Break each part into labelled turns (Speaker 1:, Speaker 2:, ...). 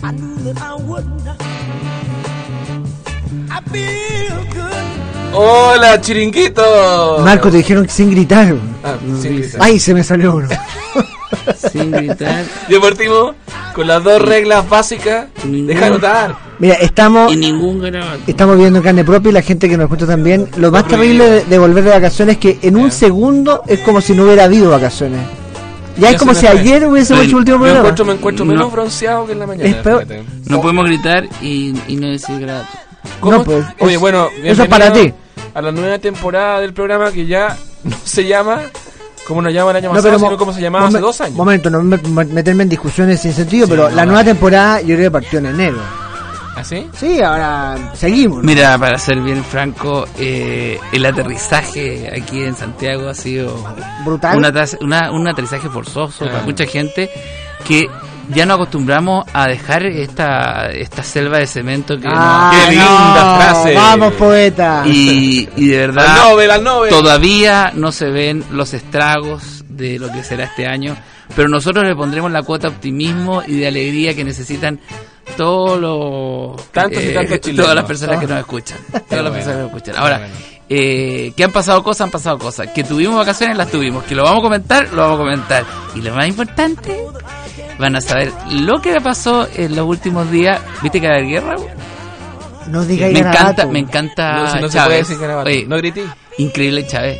Speaker 1: that I would not. I feel good.
Speaker 2: ¡Hola, chiringuito!
Speaker 3: Marco, te dijeron que sin gritar.
Speaker 2: Ah, sin gritar.
Speaker 3: Ay, se me salió uno.
Speaker 4: Sin gritar.
Speaker 2: Deportivo, con las dos reglas básicas,
Speaker 4: Ningún-
Speaker 2: deja anotar.
Speaker 3: Mira, estamos,
Speaker 4: Y ningún garabato.
Speaker 3: estamos viendo en carne propia y la gente que nos escucha también. Lo más terrible de, de volver de vacaciones es que en un segundo es como si no hubiera habido vacaciones. Ya es
Speaker 2: Ya
Speaker 3: como
Speaker 2: se
Speaker 3: si
Speaker 2: me fue.
Speaker 3: ayer hubiésemos
Speaker 4: Ay,
Speaker 3: hecho el último
Speaker 2: Me
Speaker 3: programa.
Speaker 2: encuentro, me encuentro
Speaker 4: No.
Speaker 2: menos bronceado que en la mañana.
Speaker 3: Es peor.
Speaker 2: fíjate.
Speaker 4: No podemos gritar y, y no decir grato.
Speaker 2: ¿Cómo
Speaker 3: No, pues,
Speaker 2: est- Oye,
Speaker 3: es-
Speaker 2: bueno,
Speaker 3: eso es para ti.
Speaker 2: bienvenido A la nueva temporada del programa que ya no se llama como nos llama el año
Speaker 3: No,
Speaker 2: pasado,
Speaker 3: pero mo-
Speaker 2: sino como se llamaba hace
Speaker 3: momen-
Speaker 2: dos años.
Speaker 3: Momento, no me- me- meterme en discusiones sin sentido, pero la nueva temporada yo creo que partió en enero.
Speaker 2: ¿Así?
Speaker 3: Sí, ahora seguimos. ¿no?
Speaker 4: Mira, para ser bien franco, eh, el aterrizaje aquí en Santiago ha sido
Speaker 3: Brutal.
Speaker 4: un atas- una- un aterrizaje forzoso
Speaker 2: Ah.
Speaker 4: para mucha gente que ya nos acostumbramos a dejar esta, esta selva de cemento que
Speaker 3: Ah,
Speaker 4: nos-
Speaker 2: Qué linda frase.
Speaker 3: Vamos, poeta.
Speaker 4: y, y de verdad
Speaker 2: Al Nobel, al Nobel.
Speaker 4: todavía no se ven los estragos de lo que será este año, pero nosotros le pondremos la cuota de optimismo y de alegría que necesitan todos los eh,
Speaker 2: Tantos y tantos chilenos.
Speaker 4: todas las personas que nos escuchan, todas las
Speaker 2: bueno,
Speaker 4: personas que nos escuchan.
Speaker 2: qué
Speaker 4: Ahora,
Speaker 2: bueno.
Speaker 4: eh, que han pasado cosas, han pasado cosas, que tuvimos vacaciones, las tuvimos, que lo vamos a comentar, lo vamos a comentar, y lo más importante van a saber lo que le pasó en los últimos días, viste que la guerra.
Speaker 3: No digáis
Speaker 4: Me
Speaker 3: garabato.
Speaker 4: encanta, me encanta.
Speaker 2: no, si no se puede
Speaker 4: Chávez.
Speaker 2: decir garabato.
Speaker 4: Oye,
Speaker 2: No grité.
Speaker 4: Increíble Chávez.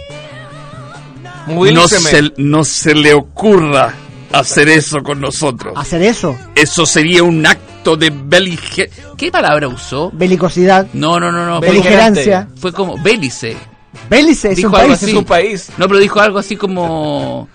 Speaker 2: No se...
Speaker 4: no se le ocurra hacer eso con nosotros.
Speaker 2: Ah.
Speaker 3: Hacer eso,
Speaker 4: Eso sería un acto de beligerancia. ¿Qué palabra usó?
Speaker 3: belicosidad,
Speaker 4: No, no, no, no. fue como-
Speaker 2: Beligerante.
Speaker 3: beligerancia.
Speaker 4: Fue como bélice.
Speaker 3: Bélice es
Speaker 4: Dijo
Speaker 3: un
Speaker 4: algo
Speaker 3: país.
Speaker 2: Es
Speaker 4: así.
Speaker 2: un país.
Speaker 4: No, pero dijo algo así como.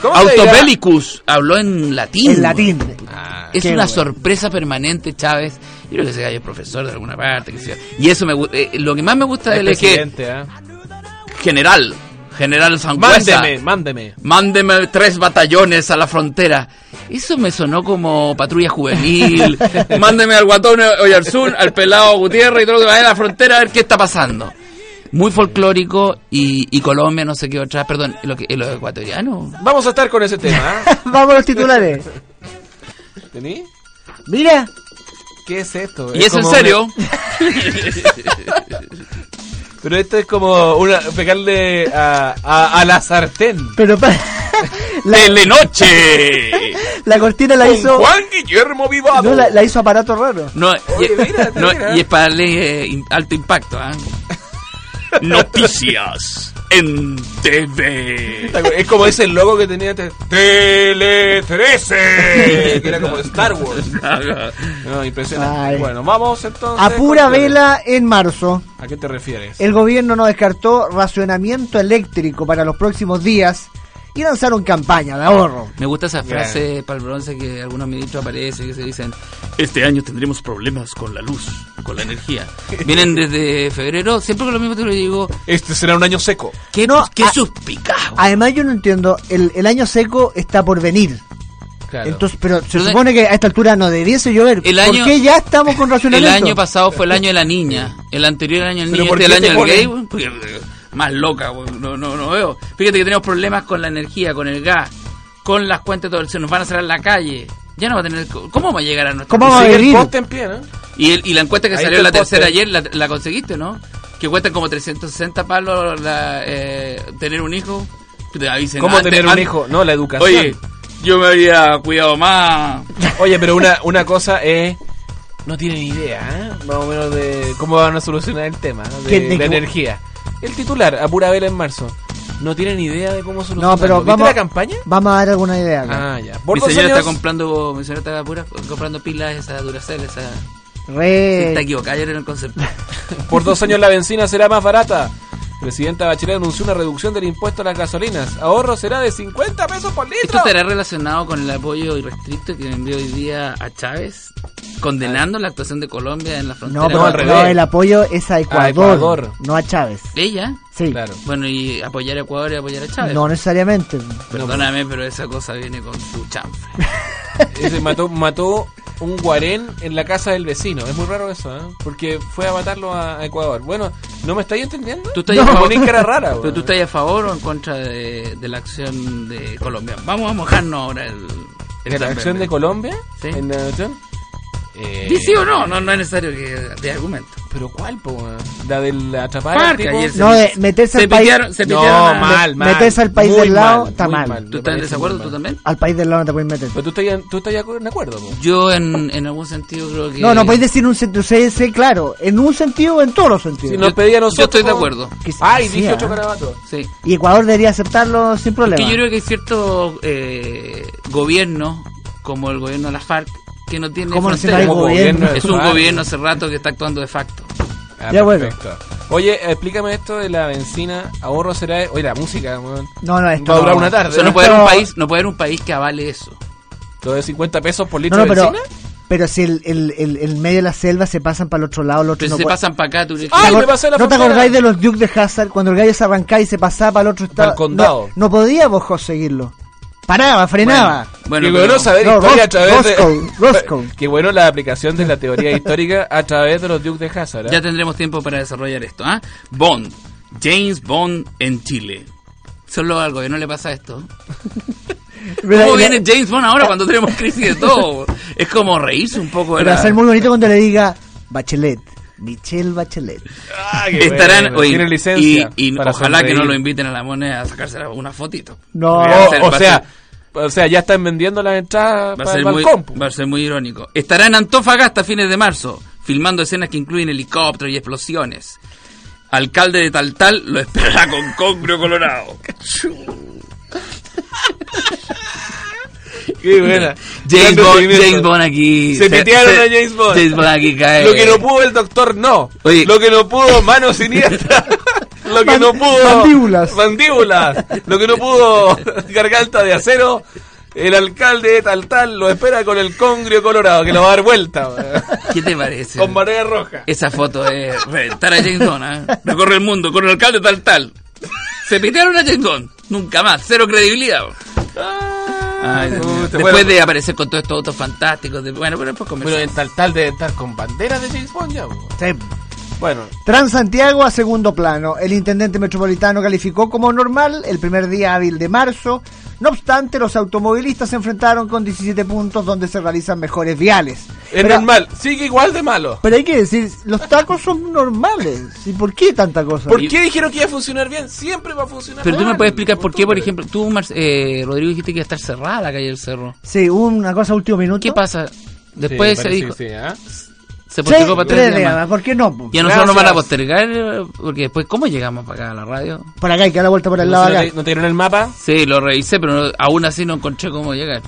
Speaker 2: ¿Cómo se dirá?
Speaker 4: Autobellicus. Habló en latín.
Speaker 3: En latín.
Speaker 2: Ah,
Speaker 4: Es
Speaker 3: Qué
Speaker 4: una
Speaker 3: bueno.
Speaker 4: sorpresa permanente, Chávez. Yo creo que ese gallo es profesor de alguna parte. qué sé yo. Y eso me gu- eh, Lo que más me gusta de
Speaker 2: el
Speaker 4: él es que.
Speaker 2: Este presidente, ¿ah?
Speaker 4: General. General Sangüesa.
Speaker 2: Mándeme, mándeme.
Speaker 4: Mándeme tres batallones a la frontera. Eso me sonó como patrulla juvenil. Mándeme al guatón Oyarzún, al pelado Gutiérrez y todo lo que vaya a la frontera a ver qué está pasando. Muy folclórico y, y Colombia, no sé qué otra. Perdón, lo que, los ecuatorianos.
Speaker 2: Vamos a estar con ese tema, ¿ah?
Speaker 3: Vamos a los titulares.
Speaker 2: ¿Tení?
Speaker 3: Mira,
Speaker 2: ¿Qué es esto?
Speaker 4: Y es en
Speaker 2: como
Speaker 4: serio.
Speaker 2: una- pero esto es como una, pegarle a, a, a la sartén.
Speaker 3: pero pa- la,
Speaker 4: Telenoche.
Speaker 3: la cortina la hizo.
Speaker 2: Guillermo Vivado.
Speaker 3: no, la, la hizo aparato raro.
Speaker 4: No,
Speaker 2: Oye,
Speaker 4: y,
Speaker 2: mira,
Speaker 4: no,
Speaker 2: mira.
Speaker 4: y es para darle eh, in- alto impacto. ¿ah? Noticias en TV.
Speaker 2: Es como ese logo que tenía antes. Tele 13. Que era como Star Wars. No, impresionante.
Speaker 3: Ay.
Speaker 2: Bueno, vamos entonces.
Speaker 3: A pura
Speaker 2: con-
Speaker 3: vela en marzo,
Speaker 2: ¿A qué te refieres?
Speaker 3: el gobierno no descartó racionamiento eléctrico para los próximos días y lanzaron campaña de ahorro.
Speaker 4: Me gusta esa
Speaker 2: Bien.
Speaker 4: frase para el bronce que algunos ministros aparecen que se dicen este año tendremos problemas con la luz, con la energía. Vienen desde febrero, siempre con lo mismo te lo digo,
Speaker 2: Este será un año seco.
Speaker 4: qué,
Speaker 3: No,
Speaker 4: qué
Speaker 3: a-
Speaker 4: suspicaz. güey.
Speaker 3: Además, yo no entiendo, el, el año seco está por venir.
Speaker 2: Claro.
Speaker 3: Entonces, pero se
Speaker 4: Pero de-
Speaker 3: supone que a esta altura no debiese llover.
Speaker 4: El año-
Speaker 3: ¿Por qué ya estamos con
Speaker 4: El
Speaker 3: racionamiento?
Speaker 4: año pasado fue el año de la niña, el anterior año del
Speaker 2: Pero
Speaker 4: niño,
Speaker 2: ¿por
Speaker 4: este el
Speaker 2: qué
Speaker 4: año del
Speaker 2: te
Speaker 4: gay, güey, porque, eh, más loca, güey, no, no, no veo. Fíjate que tenemos problemas con la energía, con el gas, con las cuentas, todo, se nos van a cerrar la calle. Ya no va a tener... ¿Cómo va a llegar a nuestra
Speaker 3: ¿Cómo va a
Speaker 2: Sigue el
Speaker 3: venir?
Speaker 2: poste en pie, ¿no?
Speaker 4: Y, el- y la encuesta que
Speaker 2: Ahí
Speaker 4: salió
Speaker 2: está
Speaker 4: la
Speaker 2: el póster.
Speaker 4: tercera ayer, la, la conseguiste, ¿no? Que cuesta como 360 palos la, eh, tener un hijo. Que te avisen
Speaker 2: ¿Cómo
Speaker 4: antes,
Speaker 2: tener un
Speaker 4: antes.
Speaker 2: hijo? No, la educación.
Speaker 4: Oye, yo me habría cuidado más.
Speaker 2: Oye, pero una, una cosa es. No tienen idea, ¿eh? Más o menos de cómo van a solucionar el tema ¿no? de,
Speaker 3: ¿Qué-
Speaker 2: la
Speaker 3: de qué-
Speaker 2: energía. El titular, a pura vela en marzo. No tienen idea de cómo solucionarlo.
Speaker 3: No, pero
Speaker 2: ¿Viste
Speaker 3: vamos,
Speaker 2: la campaña?
Speaker 3: vamos a dar alguna idea. acá.
Speaker 2: Ah, ya. Por
Speaker 4: Mi
Speaker 2: dos
Speaker 4: señora,
Speaker 2: años-
Speaker 4: está comprando, mi señora está pura- comprando pilas, esa Duracell, esa...
Speaker 3: Re-
Speaker 4: Está equivocada ayer en el concepto.
Speaker 2: Por dos años la benzina será más barata. Presidenta Bachelet anunció una reducción del impuesto a las gasolinas. Ahorro será de 50 pesos por
Speaker 4: ¿Esto
Speaker 2: litro.
Speaker 4: estará relacionado con el apoyo irrestricto que envió hoy día a Chávez? Condenando la actuación de Colombia en la frontera.
Speaker 2: No,
Speaker 3: No, pero
Speaker 2: al
Speaker 3: no,
Speaker 2: revés.
Speaker 3: el apoyo es
Speaker 4: Ah,
Speaker 3: a Ecuador,
Speaker 2: Ecuador.
Speaker 3: no a Chávez.
Speaker 4: Ella,
Speaker 3: Sí.
Speaker 2: Claro.
Speaker 4: bueno, y apoyar a Ecuador y apoyar a Chávez.
Speaker 3: No necesariamente.
Speaker 4: Perdóname, pero esa cosa viene con su chanfle.
Speaker 2: Ese mató, mató un guarén en la casa del vecino. Es muy raro eso, ¿eh? Porque fue a matarlo a a Ecuador. Bueno, ¿no me estáis entendiendo?
Speaker 4: ¿Tú estás
Speaker 2: Me
Speaker 4: a favor?
Speaker 2: ponéis cara rara,
Speaker 4: ¿Pero
Speaker 2: weón.
Speaker 4: tú estás a favor o en contra de, de la acción de Colombia? Vamos a mojarnos ahora el... el
Speaker 2: ¿En la
Speaker 4: San
Speaker 2: acción de
Speaker 4: Verde.
Speaker 2: Colombia?
Speaker 4: Sí.
Speaker 2: ¿En la acción? Eh,
Speaker 4: Di sí o no, no, no es necesario que de argumento.
Speaker 2: ¿Pero cuál, po? weón? La del atrapar al
Speaker 4: Parca,
Speaker 2: tipo.
Speaker 4: y el-
Speaker 3: No, de meterse
Speaker 4: se
Speaker 3: al país.
Speaker 4: pitearon, se
Speaker 2: No,
Speaker 4: pitearon a-
Speaker 2: mal, mal.
Speaker 3: meterse al país
Speaker 2: Muy
Speaker 3: del lado, está
Speaker 2: muy
Speaker 3: mal.
Speaker 2: me
Speaker 4: ¿Tú estás en
Speaker 2: parece
Speaker 4: desacuerdo
Speaker 2: muy
Speaker 4: tú
Speaker 2: mal.
Speaker 4: también?
Speaker 3: Al país del lado no te puedes meter.
Speaker 2: Pero tú estás, tú estás en acuerdo, po.
Speaker 4: Yo en, en algún sentido creo que...
Speaker 3: No, no podéis decir un sentido. Sé, sé claro, en un sentido o en todos los
Speaker 2: Si
Speaker 3: sentidos.
Speaker 2: nos pedía a nosotros.
Speaker 4: Yo estoy de acuerdo.
Speaker 3: Que sí,
Speaker 2: Ay,
Speaker 3: sí,
Speaker 2: dije ocho
Speaker 3: ah.
Speaker 2: carabatos.
Speaker 4: Sí.
Speaker 3: Y Ecuador debería aceptarlo sin
Speaker 4: Es
Speaker 3: problema.
Speaker 4: que yo creo que hay ciertos eh, gobiernos, como el gobierno de la FARC, que no tiene
Speaker 3: ¿Cómo no se
Speaker 4: frontera.
Speaker 3: va el
Speaker 2: Como
Speaker 3: gobierno?
Speaker 2: de
Speaker 4: Es un
Speaker 2: Farc.
Speaker 4: gobierno hace rato que está actuando de facto.
Speaker 2: Ah,
Speaker 3: Ya, bueno.
Speaker 2: perfecto. Oye, explícame esto de la benzina. Ahorro será. Oye, la música, weón.
Speaker 3: No, no, esto
Speaker 2: Va a durar
Speaker 3: no.
Speaker 2: una tarde.
Speaker 4: O sea, no
Speaker 2: ¿no?
Speaker 4: puede
Speaker 3: Pero-
Speaker 4: haber un país, no puede haber un país que avale eso.
Speaker 2: Todo de 50 pesos por
Speaker 3: No,
Speaker 2: litro
Speaker 3: no,
Speaker 2: de
Speaker 3: pero,
Speaker 2: benzina.
Speaker 3: pero si el, el, el, el medio de la selva se pasan para el otro lado, el otro
Speaker 4: Pero
Speaker 3: no
Speaker 4: si se
Speaker 3: puede-
Speaker 4: pasan para acá, tú dices,
Speaker 2: ¡Ay,
Speaker 3: ¿Te acor-
Speaker 2: me pasé la
Speaker 3: ¿No te
Speaker 2: frontera!
Speaker 3: acordáis de los Duke de Hazard cuando el gallo se arrancaba y se pasaba para el otro estado?
Speaker 2: Pa'l condado.
Speaker 3: No, no podía vos seguirlo. Paraba, frenaba.
Speaker 4: Bueno,
Speaker 2: Qué
Speaker 4: pero-
Speaker 2: bueno saber
Speaker 3: No,
Speaker 2: historia
Speaker 3: Ros-
Speaker 2: a través
Speaker 3: Roscoe,
Speaker 2: de.
Speaker 3: Roscoe.
Speaker 2: Qué bueno la aplicación de la teoría histórica a través de los Duke de Hazard. ¿eh?
Speaker 4: Ya tendremos tiempo para desarrollar esto. ¿ah? Bond. James Bond en Chile. Solo al gobierno le pasa esto. ¿Cómo viene James Bond ahora cuando tenemos crisis de todo? Es como reírse un poco.
Speaker 3: Pero va
Speaker 4: ¿verdad?
Speaker 3: a ser muy bonito cuando le diga Bachelet. Michelle Bachelet.
Speaker 2: Ah, qué
Speaker 4: Estarán,
Speaker 2: bueno.
Speaker 4: oye,
Speaker 2: Tienen licencia.
Speaker 4: y, y
Speaker 2: para
Speaker 4: ojalá que no
Speaker 2: sonreír.
Speaker 4: lo inviten a la moneda a sacarse la- una fotito.
Speaker 3: No.
Speaker 4: Va a ser-
Speaker 2: Oh, O, o
Speaker 4: va a
Speaker 2: sea,
Speaker 4: ser-
Speaker 2: o sea, ya están vendiendo las entradas
Speaker 4: va a
Speaker 2: para el
Speaker 4: ser muy,
Speaker 2: balcón. pues. po.
Speaker 4: va a ser muy irónico. Estará en Antofagasta a fines de marzo, filmando escenas que incluyen helicópteros y explosiones. Alcalde de Tal Tal lo esperará con congrio colorado.
Speaker 2: Qué buena. Gran
Speaker 4: James Bond,
Speaker 2: recibimiento.
Speaker 4: James Bond aquí.
Speaker 2: Se pitearon a James Bond.
Speaker 4: James Bond aquí cae.
Speaker 2: Lo que no pudo el doctor, no.
Speaker 4: Oye.
Speaker 2: Lo que no pudo, mano siniestra. Lo que
Speaker 3: Man-
Speaker 2: no pudo.
Speaker 3: mandíbulas.
Speaker 2: Mandíbulas. Lo que no pudo, garganta de acero. El alcalde de tal tal lo espera con el congrio colorado, que lo va a dar vuelta. weón.
Speaker 4: ¿Qué te parece?
Speaker 2: Con marea roja.
Speaker 4: Esa foto es reventar a James Bond. ¿ah? Recorre el mundo con el alcalde de Tal Tal. Se pitearon a James Bond. Nunca más. Cero credibilidad.
Speaker 2: Ah,
Speaker 4: Ay, Dios mío.
Speaker 2: Puta,
Speaker 4: Después
Speaker 2: bueno.
Speaker 4: de aparecer con todos estos autos fantásticos. de- bueno, pero después
Speaker 2: Bueno,
Speaker 4: conversamos.
Speaker 2: en tal tal debe estar con banderas de James Bond ya. weón.
Speaker 3: Sí.
Speaker 2: Bueno,
Speaker 3: Transantiago a segundo plano. El intendente metropolitano calificó como normal el primer día hábil de marzo. No obstante, los automovilistas se enfrentaron con 17 puntos donde se realizan mejores viales.
Speaker 2: es
Speaker 3: Pero-
Speaker 2: normal. Sigue igual de malo.
Speaker 3: Pero hay que decir, los tacos son normales. ¿Y por qué tanta cosa?
Speaker 2: ¿Por qué dijeron que iba a funcionar bien? Siempre va a funcionar
Speaker 4: Pero tú me
Speaker 2: mal.
Speaker 4: puedes explicar por qué, por
Speaker 2: Puta,
Speaker 4: ejemplo, tú, Mar- eh, Rodrigo, dijiste que iba a estar cerrada la calle del cerro.
Speaker 3: Sí, hubo una cosa a último minuto.
Speaker 4: ¿Qué pasa?
Speaker 2: Sí,
Speaker 4: Después se
Speaker 2: parece
Speaker 4: dijo,
Speaker 2: que sí, ¿ah?
Speaker 4: se
Speaker 3: Sí,
Speaker 4: postergó para tres días más.
Speaker 3: ¿por qué no? po?
Speaker 4: Y a nosotros nos van a
Speaker 2: Gracias.
Speaker 4: postergar, eh, porque después, ¿cómo llegamos para acá a la radio?
Speaker 3: Por acá, hay que dar la vuelta por el lado
Speaker 2: ¿No
Speaker 3: de
Speaker 2: te-
Speaker 3: acá.
Speaker 2: ¿No te dieron el mapa?
Speaker 4: Sí, lo revisé, pero no- aún así no encontré cómo llegar.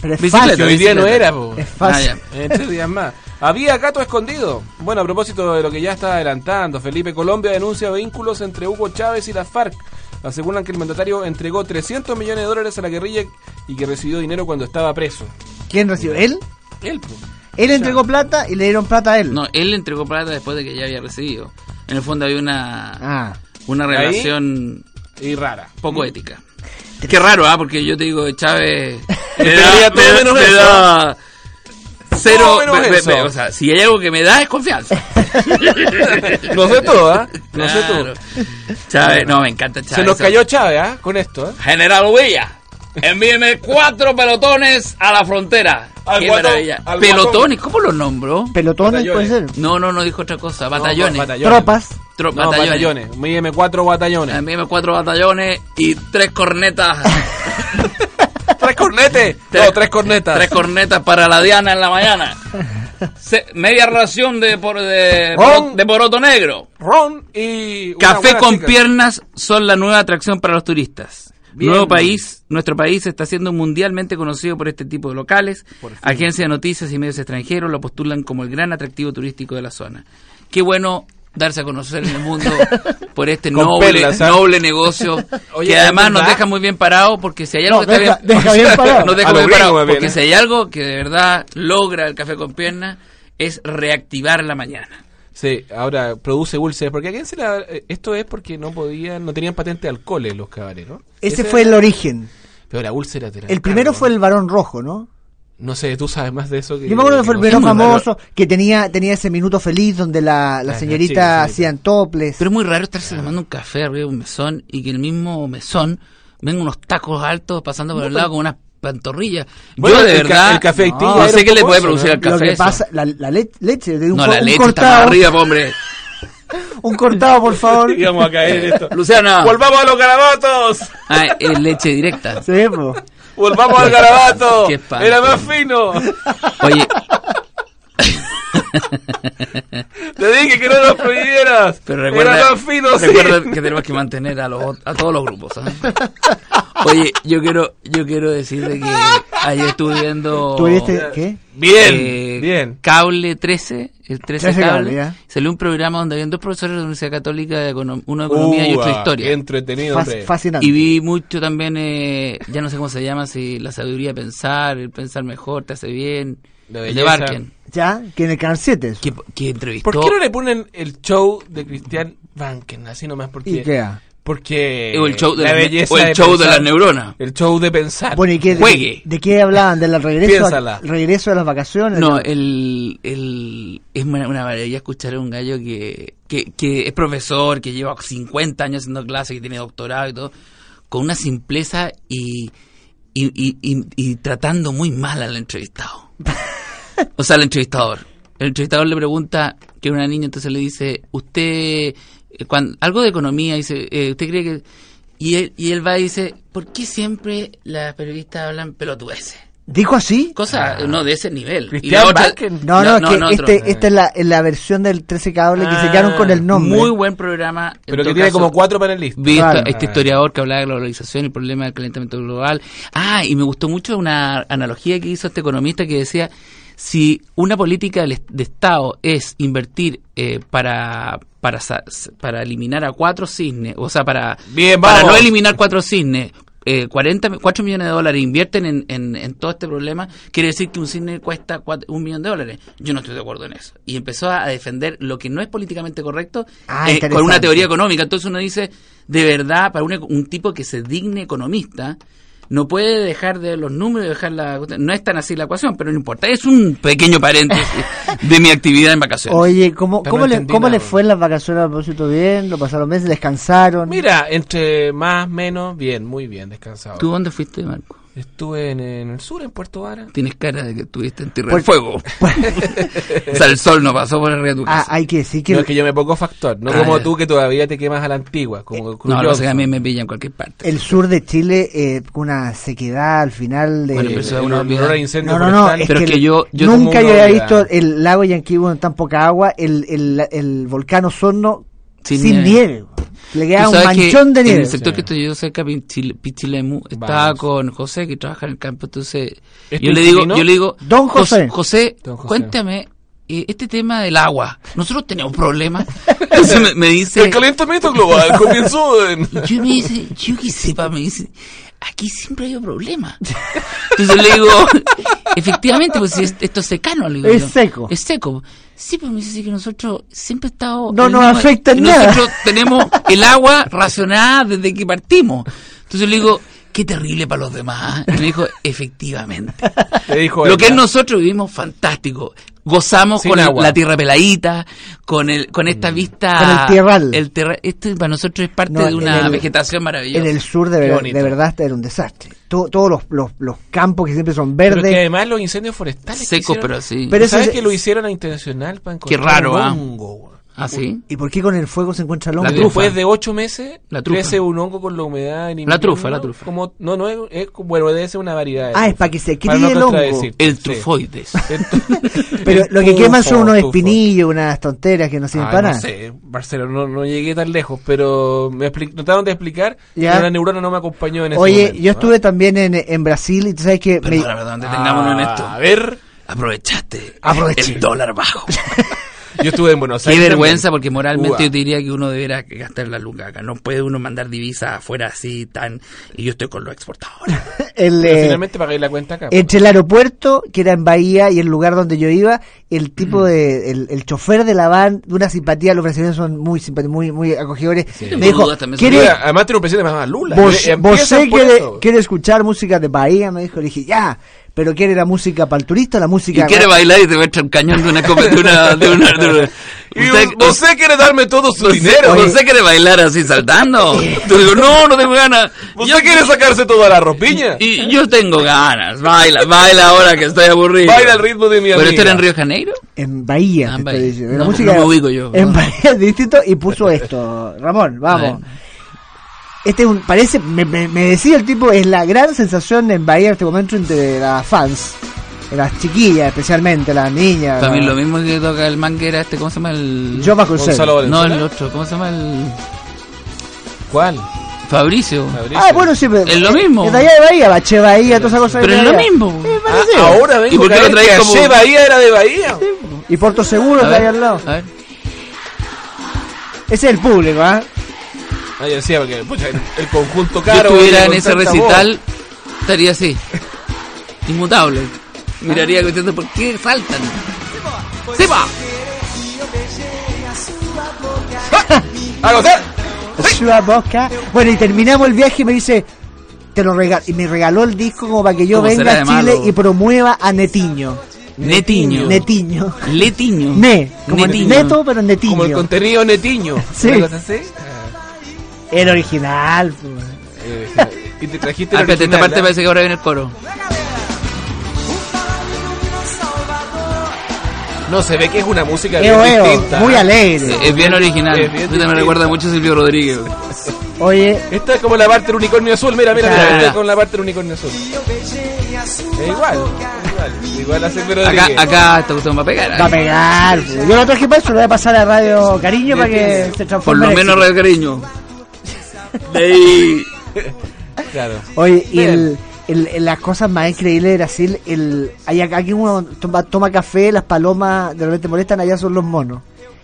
Speaker 3: Pero es
Speaker 4: bicicleta,
Speaker 2: Que
Speaker 3: fácil.
Speaker 2: hoy día no
Speaker 4: bicicleta.
Speaker 2: era, po.
Speaker 3: Es fácil.
Speaker 4: Ah,
Speaker 2: En tres días más. Había gato escondido. Bueno, a propósito de lo que ya está adelantando, Felipe Colombia denuncia vínculos entre Hugo Chávez y las FARC. Aseguran que el mandatario entregó 300 millones de dólares a la guerrilla y que recibió dinero cuando estaba preso.
Speaker 3: ¿Quién recibió? ¿Él?
Speaker 2: Él, pues, po.
Speaker 3: Él entregó plata y le dieron plata a él.
Speaker 4: No, él le entregó plata después de que ya había recibido. En el fondo había una,
Speaker 3: Ah.
Speaker 4: una
Speaker 2: Ahí-
Speaker 4: relación
Speaker 2: Y rara.
Speaker 4: poco ética. Qué raro, ¿ah? Porque yo te digo, Chávez. Me
Speaker 2: Esperaría
Speaker 4: da,
Speaker 2: todo
Speaker 4: me,
Speaker 2: menos
Speaker 4: me
Speaker 2: eso.
Speaker 4: da cero.
Speaker 2: Todo menos
Speaker 4: me- me-
Speaker 2: eso.
Speaker 4: me- o sea, si hay algo que me da es confianza.
Speaker 2: No sé tú, ¿ah? No sé tú.
Speaker 4: Claro. Chávez, no, me encanta Chávez.
Speaker 2: Se nos cayó Chávez, ¿ah? Con esto, ¿eh?
Speaker 4: General Villa. Envíeme cuatro pelotones a la frontera.
Speaker 2: Al
Speaker 4: Qué
Speaker 2: guatón,
Speaker 4: maravilla.
Speaker 2: al
Speaker 4: Pelotones, ¿cómo los nombró?
Speaker 3: Pelotones
Speaker 2: Batallones.
Speaker 3: puede ser.
Speaker 4: No, no, no dijo otra cosa. Batallones.
Speaker 2: No, batallones.
Speaker 3: Tropas.
Speaker 4: Tro-
Speaker 2: No, batallones. Mídeme cuatro batallones.
Speaker 4: Envíeme cuatro batallones y tres cornetas.
Speaker 2: ¡Tres cornetes!
Speaker 4: Ah. Tres-
Speaker 2: no, tres cornetas.
Speaker 4: tres cornetas para la Diana en la mañana. Se- media ración de, por, de,
Speaker 2: Ron.
Speaker 4: de poroto negro.
Speaker 2: Ron y... una
Speaker 4: Café
Speaker 2: buena
Speaker 4: con
Speaker 2: chica.
Speaker 4: piernas son la nueva atracción para los turistas.
Speaker 2: Bien.
Speaker 4: Nuevo país, nuestro país está siendo mundialmente conocido por este tipo de locales. Agencias de noticias y medios extranjeros lo postulan como el gran atractivo turístico de la zona. Qué bueno darse a conocer en el mundo por este
Speaker 2: Con
Speaker 4: noble,
Speaker 2: perlas, ¿ah?
Speaker 4: noble negocio
Speaker 2: Oye,
Speaker 4: que además
Speaker 2: ¿es
Speaker 4: nos
Speaker 2: verdad?
Speaker 4: deja muy bien parados porque si hay algo
Speaker 3: No,
Speaker 4: que está
Speaker 3: deja-
Speaker 4: bien,
Speaker 3: deja bien parado.
Speaker 4: nos deja
Speaker 2: A lo
Speaker 4: bien
Speaker 2: gringo,
Speaker 4: parados,
Speaker 2: más bien,
Speaker 4: porque
Speaker 2: ¿eh?
Speaker 4: si hay algo que de verdad logra el café con piernas es reactivar la mañana.
Speaker 2: Sí, ahora produce úlceras. Porque a quién se la- eh, Esto es porque no podían, no tenían patente de alcoholes los cabares, ¿no?
Speaker 3: Ese fue el origen.
Speaker 2: Pero la úlcera te la
Speaker 3: El primero
Speaker 2: encargo.
Speaker 3: fue el varón rojo, ¿no?
Speaker 2: No sé, tú sabes más de eso que.
Speaker 3: Yo me acuerdo que fue el
Speaker 2: no sé.
Speaker 3: primero
Speaker 4: muy raro.
Speaker 3: famoso que tenía, tenía ese minuto feliz donde la, la
Speaker 2: La- la
Speaker 3: señorita
Speaker 2: chica, sí.
Speaker 3: hacían toples.
Speaker 4: Pero es muy raro estarse tomando un café arriba de un mesón y que el mismo mesón venga unos tacos altos pasando por el lado con unas pantorrillas.
Speaker 2: pues Bueno,
Speaker 4: Yo de
Speaker 2: el ca-
Speaker 4: verdad.
Speaker 2: el café haití
Speaker 4: no,
Speaker 2: ya era
Speaker 4: sé
Speaker 2: un
Speaker 4: qué le
Speaker 2: poco
Speaker 4: puede
Speaker 2: eso,
Speaker 4: producir
Speaker 2: ¿no?
Speaker 4: al café.
Speaker 3: Lo que
Speaker 4: eso.
Speaker 3: pasa, la, la le- leche de un,
Speaker 4: no,
Speaker 3: co-
Speaker 4: la
Speaker 3: un
Speaker 4: leche está para
Speaker 3: cortado.
Speaker 4: arriba, po, hombre.
Speaker 3: Un cortado, por favor.
Speaker 2: Íbamos a caer esto.
Speaker 4: Luciana.
Speaker 2: ¡Volvamos a los garabatos!
Speaker 4: Ah, es leche directa.
Speaker 3: Sí, po.
Speaker 2: ¡Volvamos al garabato!
Speaker 4: Qué espanto.
Speaker 2: ¡Era más fino!
Speaker 4: Oye,
Speaker 2: Te dije que no nos prohibieras.
Speaker 4: pero recuerda,
Speaker 2: Era más fino, sí.
Speaker 4: recuerda que tenemos que mantener a, los, ot- a todos los grupos. ¿sabes? Oye, yo quiero, yo quiero decirle que ayer estuve viendo.
Speaker 3: ¿Tú viste qué?
Speaker 2: Bien,
Speaker 4: eh,
Speaker 2: bien.
Speaker 4: Cable 13, el 13,
Speaker 3: 13
Speaker 4: cable,
Speaker 3: cable, ya.
Speaker 4: salió un programa donde habían dos profesores de la Universidad Católica, de econom- uno de economía y otro de
Speaker 2: Uah,
Speaker 4: historia.
Speaker 2: qué entretenido,
Speaker 3: Fas-
Speaker 2: hombre.
Speaker 3: fascinante.
Speaker 4: Y vi mucho también, eh, ya no sé cómo se llama, si la sabiduría de pensar, el pensar mejor, te hace bien,
Speaker 2: La
Speaker 4: el de
Speaker 2: belleza.
Speaker 4: Barken,
Speaker 3: Ya, que en el canal 7 eso.
Speaker 4: que, que entrevistó.
Speaker 2: ¿Por qué no le ponen el show de Cristian Banken? Así nomás
Speaker 3: ¿Y
Speaker 2: porque...
Speaker 3: qué? ah?
Speaker 2: Porque...
Speaker 4: o el show de,
Speaker 2: la
Speaker 4: las ne-
Speaker 2: belleza
Speaker 4: o el
Speaker 2: de
Speaker 4: show de
Speaker 2: pensar-
Speaker 4: las neuronas.
Speaker 2: El show de pensar.
Speaker 3: Bueno, ¿y qué,
Speaker 4: Juegue.
Speaker 3: de, de qué hablaban? ¿Del regreso,
Speaker 2: Piénsala.
Speaker 3: a- regreso de las vacaciones?
Speaker 4: No, el, el, es una una maravilla escuchar a un gallo que, que, que es profesor, que lleva 50 años haciendo clases, que tiene doctorado y todo, con una simpleza y, y, y, y- y tratando muy mal al entrevistado. O sea, al entrevistador. El entrevistador le pregunta, que era una niña, entonces le dice, usted, eh, cuan- algo de economía, dice, eh, ¿usted cree que...? Y él, y él va y dice, ¿por qué siempre las periodistas hablan pelotudeces?
Speaker 3: ¿Dijo así?
Speaker 4: Cosa, no, de ese nivel. Y
Speaker 2: Ah. Cristian
Speaker 4: la otra-
Speaker 2: Bakken.
Speaker 3: No, no, es que
Speaker 4: otro.
Speaker 3: este, esta es la, es la versión del 13 cable que se
Speaker 2: Ah,
Speaker 3: quedaron con el nombre.
Speaker 4: Muy buen programa. en
Speaker 2: Pero que
Speaker 4: todo
Speaker 2: tiene
Speaker 4: caso,
Speaker 2: como cuatro panelistas.
Speaker 4: Vi esta-
Speaker 3: Claro.
Speaker 4: este historiador que hablaba de la globalización, el problema del calentamiento global. Ah, y me gustó mucho una analogía que hizo este economista que decía, si una política del est- de Estado es invertir eh, para, para, sa- para eliminar a cuatro cisnes, o sea, para,
Speaker 2: Bien,
Speaker 4: para
Speaker 2: vamos.
Speaker 4: no eliminar cuatro cisnes, eh, 40, mi- 4 millones de dólares invierten en, en, en todo este problema, quiere decir que un cisne cuesta cuat- un millón de dólares. Yo no estoy de acuerdo en eso. Y empezó a defender lo que no es políticamente correcto
Speaker 3: Ah,
Speaker 4: eh, con una
Speaker 3: interesante.
Speaker 4: teoría económica. Entonces uno dice, de verdad, para un, eco- un tipo que se digne economista, no puede dejar de los números, dejar la... No es tan así la ecuación, pero no importa. Es un pequeño paréntesis de mi actividad en vacaciones.
Speaker 3: Oye, ¿cómo,
Speaker 2: Pero
Speaker 3: cómo,
Speaker 2: no
Speaker 3: le,
Speaker 2: entendí
Speaker 3: ¿cómo
Speaker 2: nada.
Speaker 3: le fue en las vacaciones a propósito bien? ¿Lo pasaron meses? ¿Descansaron?
Speaker 2: Mira, entre más, menos, bien, muy bien, descansado.
Speaker 4: ¿Tú dónde fuiste, Marco?
Speaker 2: Estuve en, en el sur, en Puerto Vara.
Speaker 4: Tienes cara de que estuviste en Tierra
Speaker 3: Por-
Speaker 4: del Fuego. o sea, el sol no pasó por arriba de tu
Speaker 3: Ah,
Speaker 4: casa.
Speaker 3: hay que decir que...
Speaker 2: No, es que yo me pongo factor, no
Speaker 4: Ah,
Speaker 2: como
Speaker 4: ya. Eh,
Speaker 2: tú que todavía te quemas a la antigua, como Cruz
Speaker 4: no, lo que pasa
Speaker 2: Johnson.
Speaker 4: es que a mí me pilla en cualquier parte.
Speaker 3: El sur de Chile, eh, con una sequedad al final de...
Speaker 4: Bueno,
Speaker 2: Eh,
Speaker 4: pero eso es
Speaker 2: el
Speaker 4: una
Speaker 2: olor
Speaker 4: olvidada.
Speaker 2: a incendio
Speaker 3: no, no, no,
Speaker 2: forestal.
Speaker 3: es
Speaker 4: Pero
Speaker 3: que,
Speaker 4: es que yo- yo
Speaker 2: tengo
Speaker 3: nunca
Speaker 2: una
Speaker 3: yo había
Speaker 2: obviedad.
Speaker 3: visto el lago Yanquibo en tan poca agua, el, el, el volcán Osorno
Speaker 4: Sin
Speaker 3: sin,
Speaker 4: nieve.
Speaker 3: nieve. Le
Speaker 4: Tú
Speaker 3: queda un
Speaker 4: sabes que
Speaker 3: manchón de
Speaker 4: En
Speaker 3: nieve.
Speaker 4: el sector
Speaker 2: Sí.
Speaker 4: que estoy yo cerca, Pichile- Pichilemu, estaba
Speaker 2: Vamos.
Speaker 4: con José, que trabaja en el campo. Entonces,
Speaker 2: ¿Es
Speaker 4: yo
Speaker 2: tu
Speaker 4: le, digo,
Speaker 2: inquilino?
Speaker 4: yo le digo,
Speaker 3: Don
Speaker 4: "Jos-
Speaker 3: José.
Speaker 4: José,
Speaker 2: Don José.
Speaker 4: cuéntame eh, este tema del agua. Nosotros tenemos problemas. Entonces me, me dice.
Speaker 2: El calentamiento global comenzó en...
Speaker 4: Y yo me dice, yo que sepa, me dice, aquí siempre hay un problema. Entonces le digo, efectivamente, pues si es- esto es secano, le digo
Speaker 3: Es
Speaker 4: yo.
Speaker 3: seco.
Speaker 4: Es seco. Sí, pues me dice sí, que nosotros siempre he estado...
Speaker 3: No
Speaker 4: el
Speaker 3: nos
Speaker 4: mismo-
Speaker 3: afecta en
Speaker 4: Nosotros
Speaker 3: nada.
Speaker 4: tenemos el agua racionada desde que partimos. Entonces le digo, qué terrible para los demás. Y me dijo, efectivamente.
Speaker 2: Te dijo
Speaker 4: Lo
Speaker 2: él,
Speaker 4: que
Speaker 2: ¿no?
Speaker 4: nosotros vivimos fantástico. Gozamos
Speaker 2: Sin
Speaker 4: con
Speaker 2: agua.
Speaker 4: la tierra peladita, con el con
Speaker 2: Mm.
Speaker 4: esta vista.
Speaker 3: Con el tierral.
Speaker 4: el tierra- esto para nosotros es parte
Speaker 3: No,
Speaker 4: de una
Speaker 3: en el-
Speaker 4: vegetación maravillosa.
Speaker 3: En el sur de,
Speaker 2: Qué
Speaker 3: verdad-
Speaker 2: bonito.
Speaker 3: de verdad este era un desastre. To- todos los, los, los campos que siempre son
Speaker 2: Pero que
Speaker 3: verdes.
Speaker 2: además los incendios forestales... que
Speaker 4: Seco,
Speaker 2: hicieron-
Speaker 4: pero sí.
Speaker 3: Pero
Speaker 2: ¿Tú ¿Sabes
Speaker 3: eso es-
Speaker 2: que lo hicieron a intencional para encontrar
Speaker 4: raro,
Speaker 2: un
Speaker 4: ¿ah?
Speaker 2: hongo, güey?
Speaker 4: Así.
Speaker 3: ¿Y por qué con el fuego se encuentra el
Speaker 4: La
Speaker 3: hombre?
Speaker 4: trufa.
Speaker 2: Después de ocho meses,
Speaker 4: La trufa.
Speaker 2: crece un hongo con la humedad en
Speaker 4: La trufa, la trufa.
Speaker 2: Como, no, no, es, es- bueno, debe ser una variedad. de
Speaker 3: Ah, es
Speaker 2: trufa.
Speaker 3: para que se
Speaker 2: Para
Speaker 3: críe el hongo.
Speaker 2: contradecir.
Speaker 4: El
Speaker 2: Sí.
Speaker 4: trufoides.
Speaker 2: Entonces-
Speaker 3: Pero
Speaker 2: el
Speaker 3: lo que queman
Speaker 2: tufo,
Speaker 3: son unos
Speaker 2: tufo.
Speaker 3: espinillos, unas tonteras que no sirven
Speaker 2: Ay,
Speaker 3: para
Speaker 2: no
Speaker 3: nada.
Speaker 2: sé, Marcelo, no, no llegué tan lejos, pero me expli- trataron de explicar
Speaker 3: Ya.
Speaker 2: pero la neurona no me acompañó en ese
Speaker 3: Oye,
Speaker 2: momento,
Speaker 3: yo
Speaker 2: ¿ah?
Speaker 3: estuve también en, en Brasil y tú sabes que... me-
Speaker 4: Perdona, perdón, detengámonos en esto.
Speaker 2: A ver,
Speaker 4: Aprovechaste
Speaker 3: Aproveché.
Speaker 4: el dólar bajo.
Speaker 2: yo estuve en Buenos
Speaker 4: Qué
Speaker 2: Aires.
Speaker 4: vergüenza,
Speaker 2: también.
Speaker 4: porque moralmente
Speaker 2: Uva.
Speaker 4: yo te diría que uno debiera gastar la luca acá. No puede uno mandar divisas afuera así, tan. Y yo estoy con los exportadores.
Speaker 3: el,
Speaker 2: Pero
Speaker 3: eh,
Speaker 2: finalmente pagué la cuenta acá. pues.
Speaker 3: Entre el aeropuerto, que era en Bahía, y el lugar donde yo iba, el tipo de, el, el chofer de la van, de una simpatía, los brasileños son muy simpa- muy, muy acogedores, me dijo,
Speaker 4: Boludas también son
Speaker 3: ¿quiere,
Speaker 2: Mira, además tiene un presidente más a Lula.
Speaker 3: vos,
Speaker 2: Eh,
Speaker 3: vos
Speaker 2: empieza
Speaker 3: sé
Speaker 2: por
Speaker 3: quiere,
Speaker 2: eso.
Speaker 3: quiere escuchar música de Bahía? Me dijo, le dije, ya, pero quiere la música para el turista, la
Speaker 4: Y
Speaker 3: música...
Speaker 4: quiere bailar y te muestra un cañón de una copia de una... De una, de una-
Speaker 2: Y
Speaker 4: Usted-
Speaker 2: no sé quiere darme todo su dinero.
Speaker 4: Pero
Speaker 3: Oye.
Speaker 2: No
Speaker 4: usted quiere bailar así saltando. Yo digo, no, no tengo ganas. Yo,
Speaker 2: ¿Usted quiere sacarse toda la ropiña?
Speaker 4: y yo tengo ganas. Baila, baila ahora que estoy aburrido.
Speaker 2: Baila al ritmo de mi
Speaker 4: ¿Pero
Speaker 2: amiga.
Speaker 4: esto era en Río de Janeiro?
Speaker 3: En Bahía,
Speaker 4: Ah,
Speaker 3: te
Speaker 4: en
Speaker 3: estoy
Speaker 4: Bahía.
Speaker 3: diciendo. La
Speaker 4: No,
Speaker 3: música
Speaker 4: no me ubico yo,
Speaker 3: En
Speaker 4: perdón.
Speaker 3: Bahía es distinto y puso esto. Ramón, vamos.
Speaker 4: Bueno.
Speaker 3: Este es un, parece, me, me- me decía el tipo, es la gran sensación en Bahía en este momento entre las fans. Las chiquillas, especialmente, las niñas.
Speaker 4: Para mí
Speaker 3: las-
Speaker 4: lo mismo que toca el manguera este, ¿cómo se llama el...?
Speaker 3: Ah. Yo más
Speaker 2: Gonzalo
Speaker 4: no,
Speaker 2: Valenzuela.
Speaker 4: el otro, ¿cómo se llama el...?
Speaker 2: ¿Cuál?
Speaker 4: Fabricio.
Speaker 2: Fabricio.
Speaker 3: Ah, bueno, sí, pero.
Speaker 4: Es lo mismo.
Speaker 3: Es de allá de Bahía, Bache Bahía, todas esas cosas.
Speaker 4: Pero
Speaker 3: de
Speaker 4: es lo
Speaker 3: Bahía.
Speaker 4: mismo.
Speaker 3: Es
Speaker 2: Ah,
Speaker 3: parecido.
Speaker 2: ahora vengo
Speaker 4: ¿Y por qué
Speaker 2: a
Speaker 4: lo
Speaker 2: caer
Speaker 4: traes
Speaker 2: que
Speaker 4: como-
Speaker 2: ayer Bahía era de Bahía.
Speaker 3: Y Porto Seguro
Speaker 4: A
Speaker 3: está ahí
Speaker 4: ver,
Speaker 3: al lado.
Speaker 4: a ver.
Speaker 3: Ese es el público, ¿ah?
Speaker 2: Ah, yo decía, porque pucha, el, el conjunto
Speaker 4: Yo
Speaker 2: caro.
Speaker 4: estuviera en
Speaker 2: con
Speaker 4: ese
Speaker 2: tanta
Speaker 4: recital, estaría así. Inmutable.
Speaker 3: Ah.
Speaker 4: Miraría diciendo, ¿por qué saltan? ¡Sí, va!
Speaker 2: voz. ¡A gozar!
Speaker 3: Suba Boca. Bueno, y terminamos el viaje y me dice, te lo regalo. Y me regaló el disco como para que yo
Speaker 4: ¿Cómo será
Speaker 3: venga a
Speaker 4: de
Speaker 3: Chile
Speaker 4: malo?
Speaker 3: y promueva a Netiño.
Speaker 4: Netiño.
Speaker 3: Netiño.
Speaker 2: pues,
Speaker 4: Letiño.
Speaker 3: Ne. Como
Speaker 4: Netiño.
Speaker 3: neto,
Speaker 2: Como
Speaker 3: pero
Speaker 2: el
Speaker 3: Netiño.
Speaker 2: contenido netiño.
Speaker 3: Sí.
Speaker 2: Una cosa así.
Speaker 3: El original. pues.
Speaker 2: Eh, y te trajiste
Speaker 4: Ah,
Speaker 2: el
Speaker 4: espérate, esta
Speaker 2: original,
Speaker 4: parte
Speaker 2: ¿ah?
Speaker 4: parece que ahora viene el coro.
Speaker 2: No, se ve que es una música
Speaker 3: Eo,
Speaker 2: bien
Speaker 3: eo,
Speaker 2: distinta.
Speaker 3: muy
Speaker 2: ¿eh?
Speaker 4: Es,
Speaker 3: alegre.
Speaker 4: es bien original.
Speaker 2: Es bien
Speaker 4: Puta, me
Speaker 2: distinta.
Speaker 4: recuerda mucho a Silvio Rodríguez.
Speaker 3: Oye,
Speaker 2: Esta es como la parte del unicornio azul. Mira, mira,
Speaker 4: Ya,
Speaker 2: mira,
Speaker 4: ya,
Speaker 2: esta
Speaker 4: ya.
Speaker 2: es con la parte del unicornio azul. Es igual. Igual, igual a Silvio
Speaker 4: Acá,
Speaker 2: Rodríguez.
Speaker 4: acá esta cuestión va a pegar.
Speaker 3: va a
Speaker 4: ¿eh?
Speaker 3: pegar. pues. Yo lo traje para eso, lo voy a pasar a Radio Cariño para que se transforme.
Speaker 4: Por lo
Speaker 3: en
Speaker 4: menos
Speaker 3: éxito.
Speaker 4: Radio Cariño. De ahí.
Speaker 2: Claro.
Speaker 3: Oye, y
Speaker 2: Bien.
Speaker 3: el, el- el- las cosas más increíbles de Brasil, el, hay acá que uno toma, toma café, las palomas de repente molestan, allá son los monos.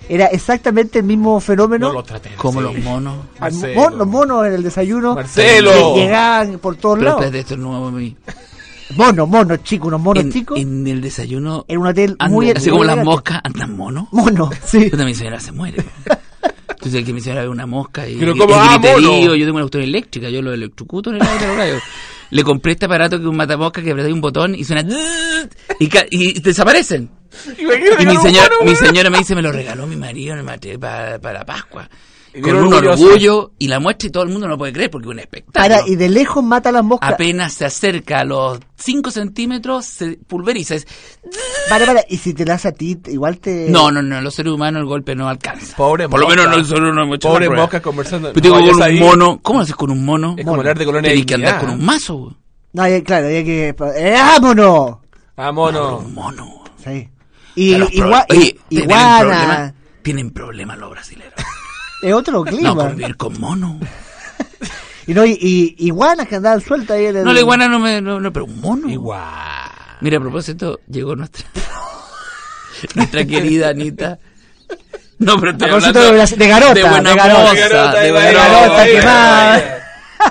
Speaker 3: Era exactamente el mismo fenómeno.
Speaker 2: No lo traté.
Speaker 4: Como
Speaker 2: sí.
Speaker 4: los monos.
Speaker 3: Al mo-
Speaker 2: Marcelo.
Speaker 3: los monos en el desayuno
Speaker 2: Marcelo.
Speaker 3: que llegaban por todos
Speaker 4: Pero
Speaker 3: lados.
Speaker 4: espérate, esto es nuevo a mí.
Speaker 3: Monos, monos chicos, unos monos
Speaker 4: En,
Speaker 3: chicos.
Speaker 4: en el desayuno.
Speaker 3: en un hotel
Speaker 4: andan-
Speaker 3: muy
Speaker 4: así como
Speaker 3: muy
Speaker 4: las
Speaker 3: elegante.
Speaker 4: moscas andan monos.
Speaker 3: Monos, sí.
Speaker 4: Puta, mi señora se muere. Entonces que mi señora ve una mosca y,
Speaker 2: Pero como,
Speaker 4: y
Speaker 2: ah,
Speaker 4: griterío.
Speaker 2: mono.
Speaker 4: Yo tengo una cuestión eléctrica, yo lo electrocuto en el aire lo rayo. Le compré este aparato que es un matamosca que apretáis un botón y suena... Y, ca- y desaparecen.
Speaker 2: Imagínate
Speaker 4: Y mi,
Speaker 2: los
Speaker 4: señor,
Speaker 2: monos,
Speaker 4: mi
Speaker 2: weón.
Speaker 4: señora me dice, me lo regaló mi marido en el mate- para, para Pascua.
Speaker 2: Y
Speaker 4: Con
Speaker 2: vieron
Speaker 4: un
Speaker 2: orgulloso.
Speaker 4: orgullo y la muestra y todo el mundo no lo puede creer porque es un espectáculo.
Speaker 3: Para, y de lejos mata a las moscas.
Speaker 4: Apenas se acerca a los 5 centímetros, se pulveriza. Es-
Speaker 3: Para, para, y si te das a ti, igual te.
Speaker 4: No, no, no, los seres humanos el golpe no alcanza.
Speaker 2: Pobre
Speaker 4: Por lo menos
Speaker 2: mosca.
Speaker 4: nosotros no hemos hecho
Speaker 2: Pobre
Speaker 4: la prueba.
Speaker 2: mosca conversando.
Speaker 4: Pero digo,
Speaker 2: No, ya
Speaker 4: con un
Speaker 2: sabí.
Speaker 4: mono. ¿Cómo lo haces con un mono?
Speaker 2: Es como hablar de colonia
Speaker 4: Tenés que
Speaker 2: de
Speaker 4: andar
Speaker 2: dignidad.
Speaker 4: con un mazo, güey.
Speaker 3: No, hay- claro, hay que. ¡Eh, ¡Vámonos!
Speaker 2: Ah,
Speaker 4: Con
Speaker 2: mono.
Speaker 4: un mono. güey.
Speaker 3: Sí. Y
Speaker 4: A los pro-
Speaker 3: igua-
Speaker 4: Oye, tienen
Speaker 3: iguana.
Speaker 4: problema- Tienen problemas los brasileños.
Speaker 3: Es otro clima.
Speaker 4: No convivir con mono.
Speaker 3: y no, y, y iguanas que andaban sueltas ahí en el.
Speaker 4: No, la iguana no me. No, no, pero un mono.
Speaker 2: Igual.
Speaker 4: Mira, a propósito, llegó nuestra. nuestra querida Anita. No, pero estoy
Speaker 3: A propósito
Speaker 4: hablando
Speaker 3: de Brasil- de Garota,
Speaker 4: De buena
Speaker 3: de Garota.
Speaker 4: moza,
Speaker 3: De
Speaker 4: de
Speaker 2: ahí va,
Speaker 4: buena
Speaker 2: ahí va,
Speaker 3: Garota,
Speaker 4: moza.
Speaker 2: ahí va,
Speaker 3: quemada.
Speaker 2: ahí va.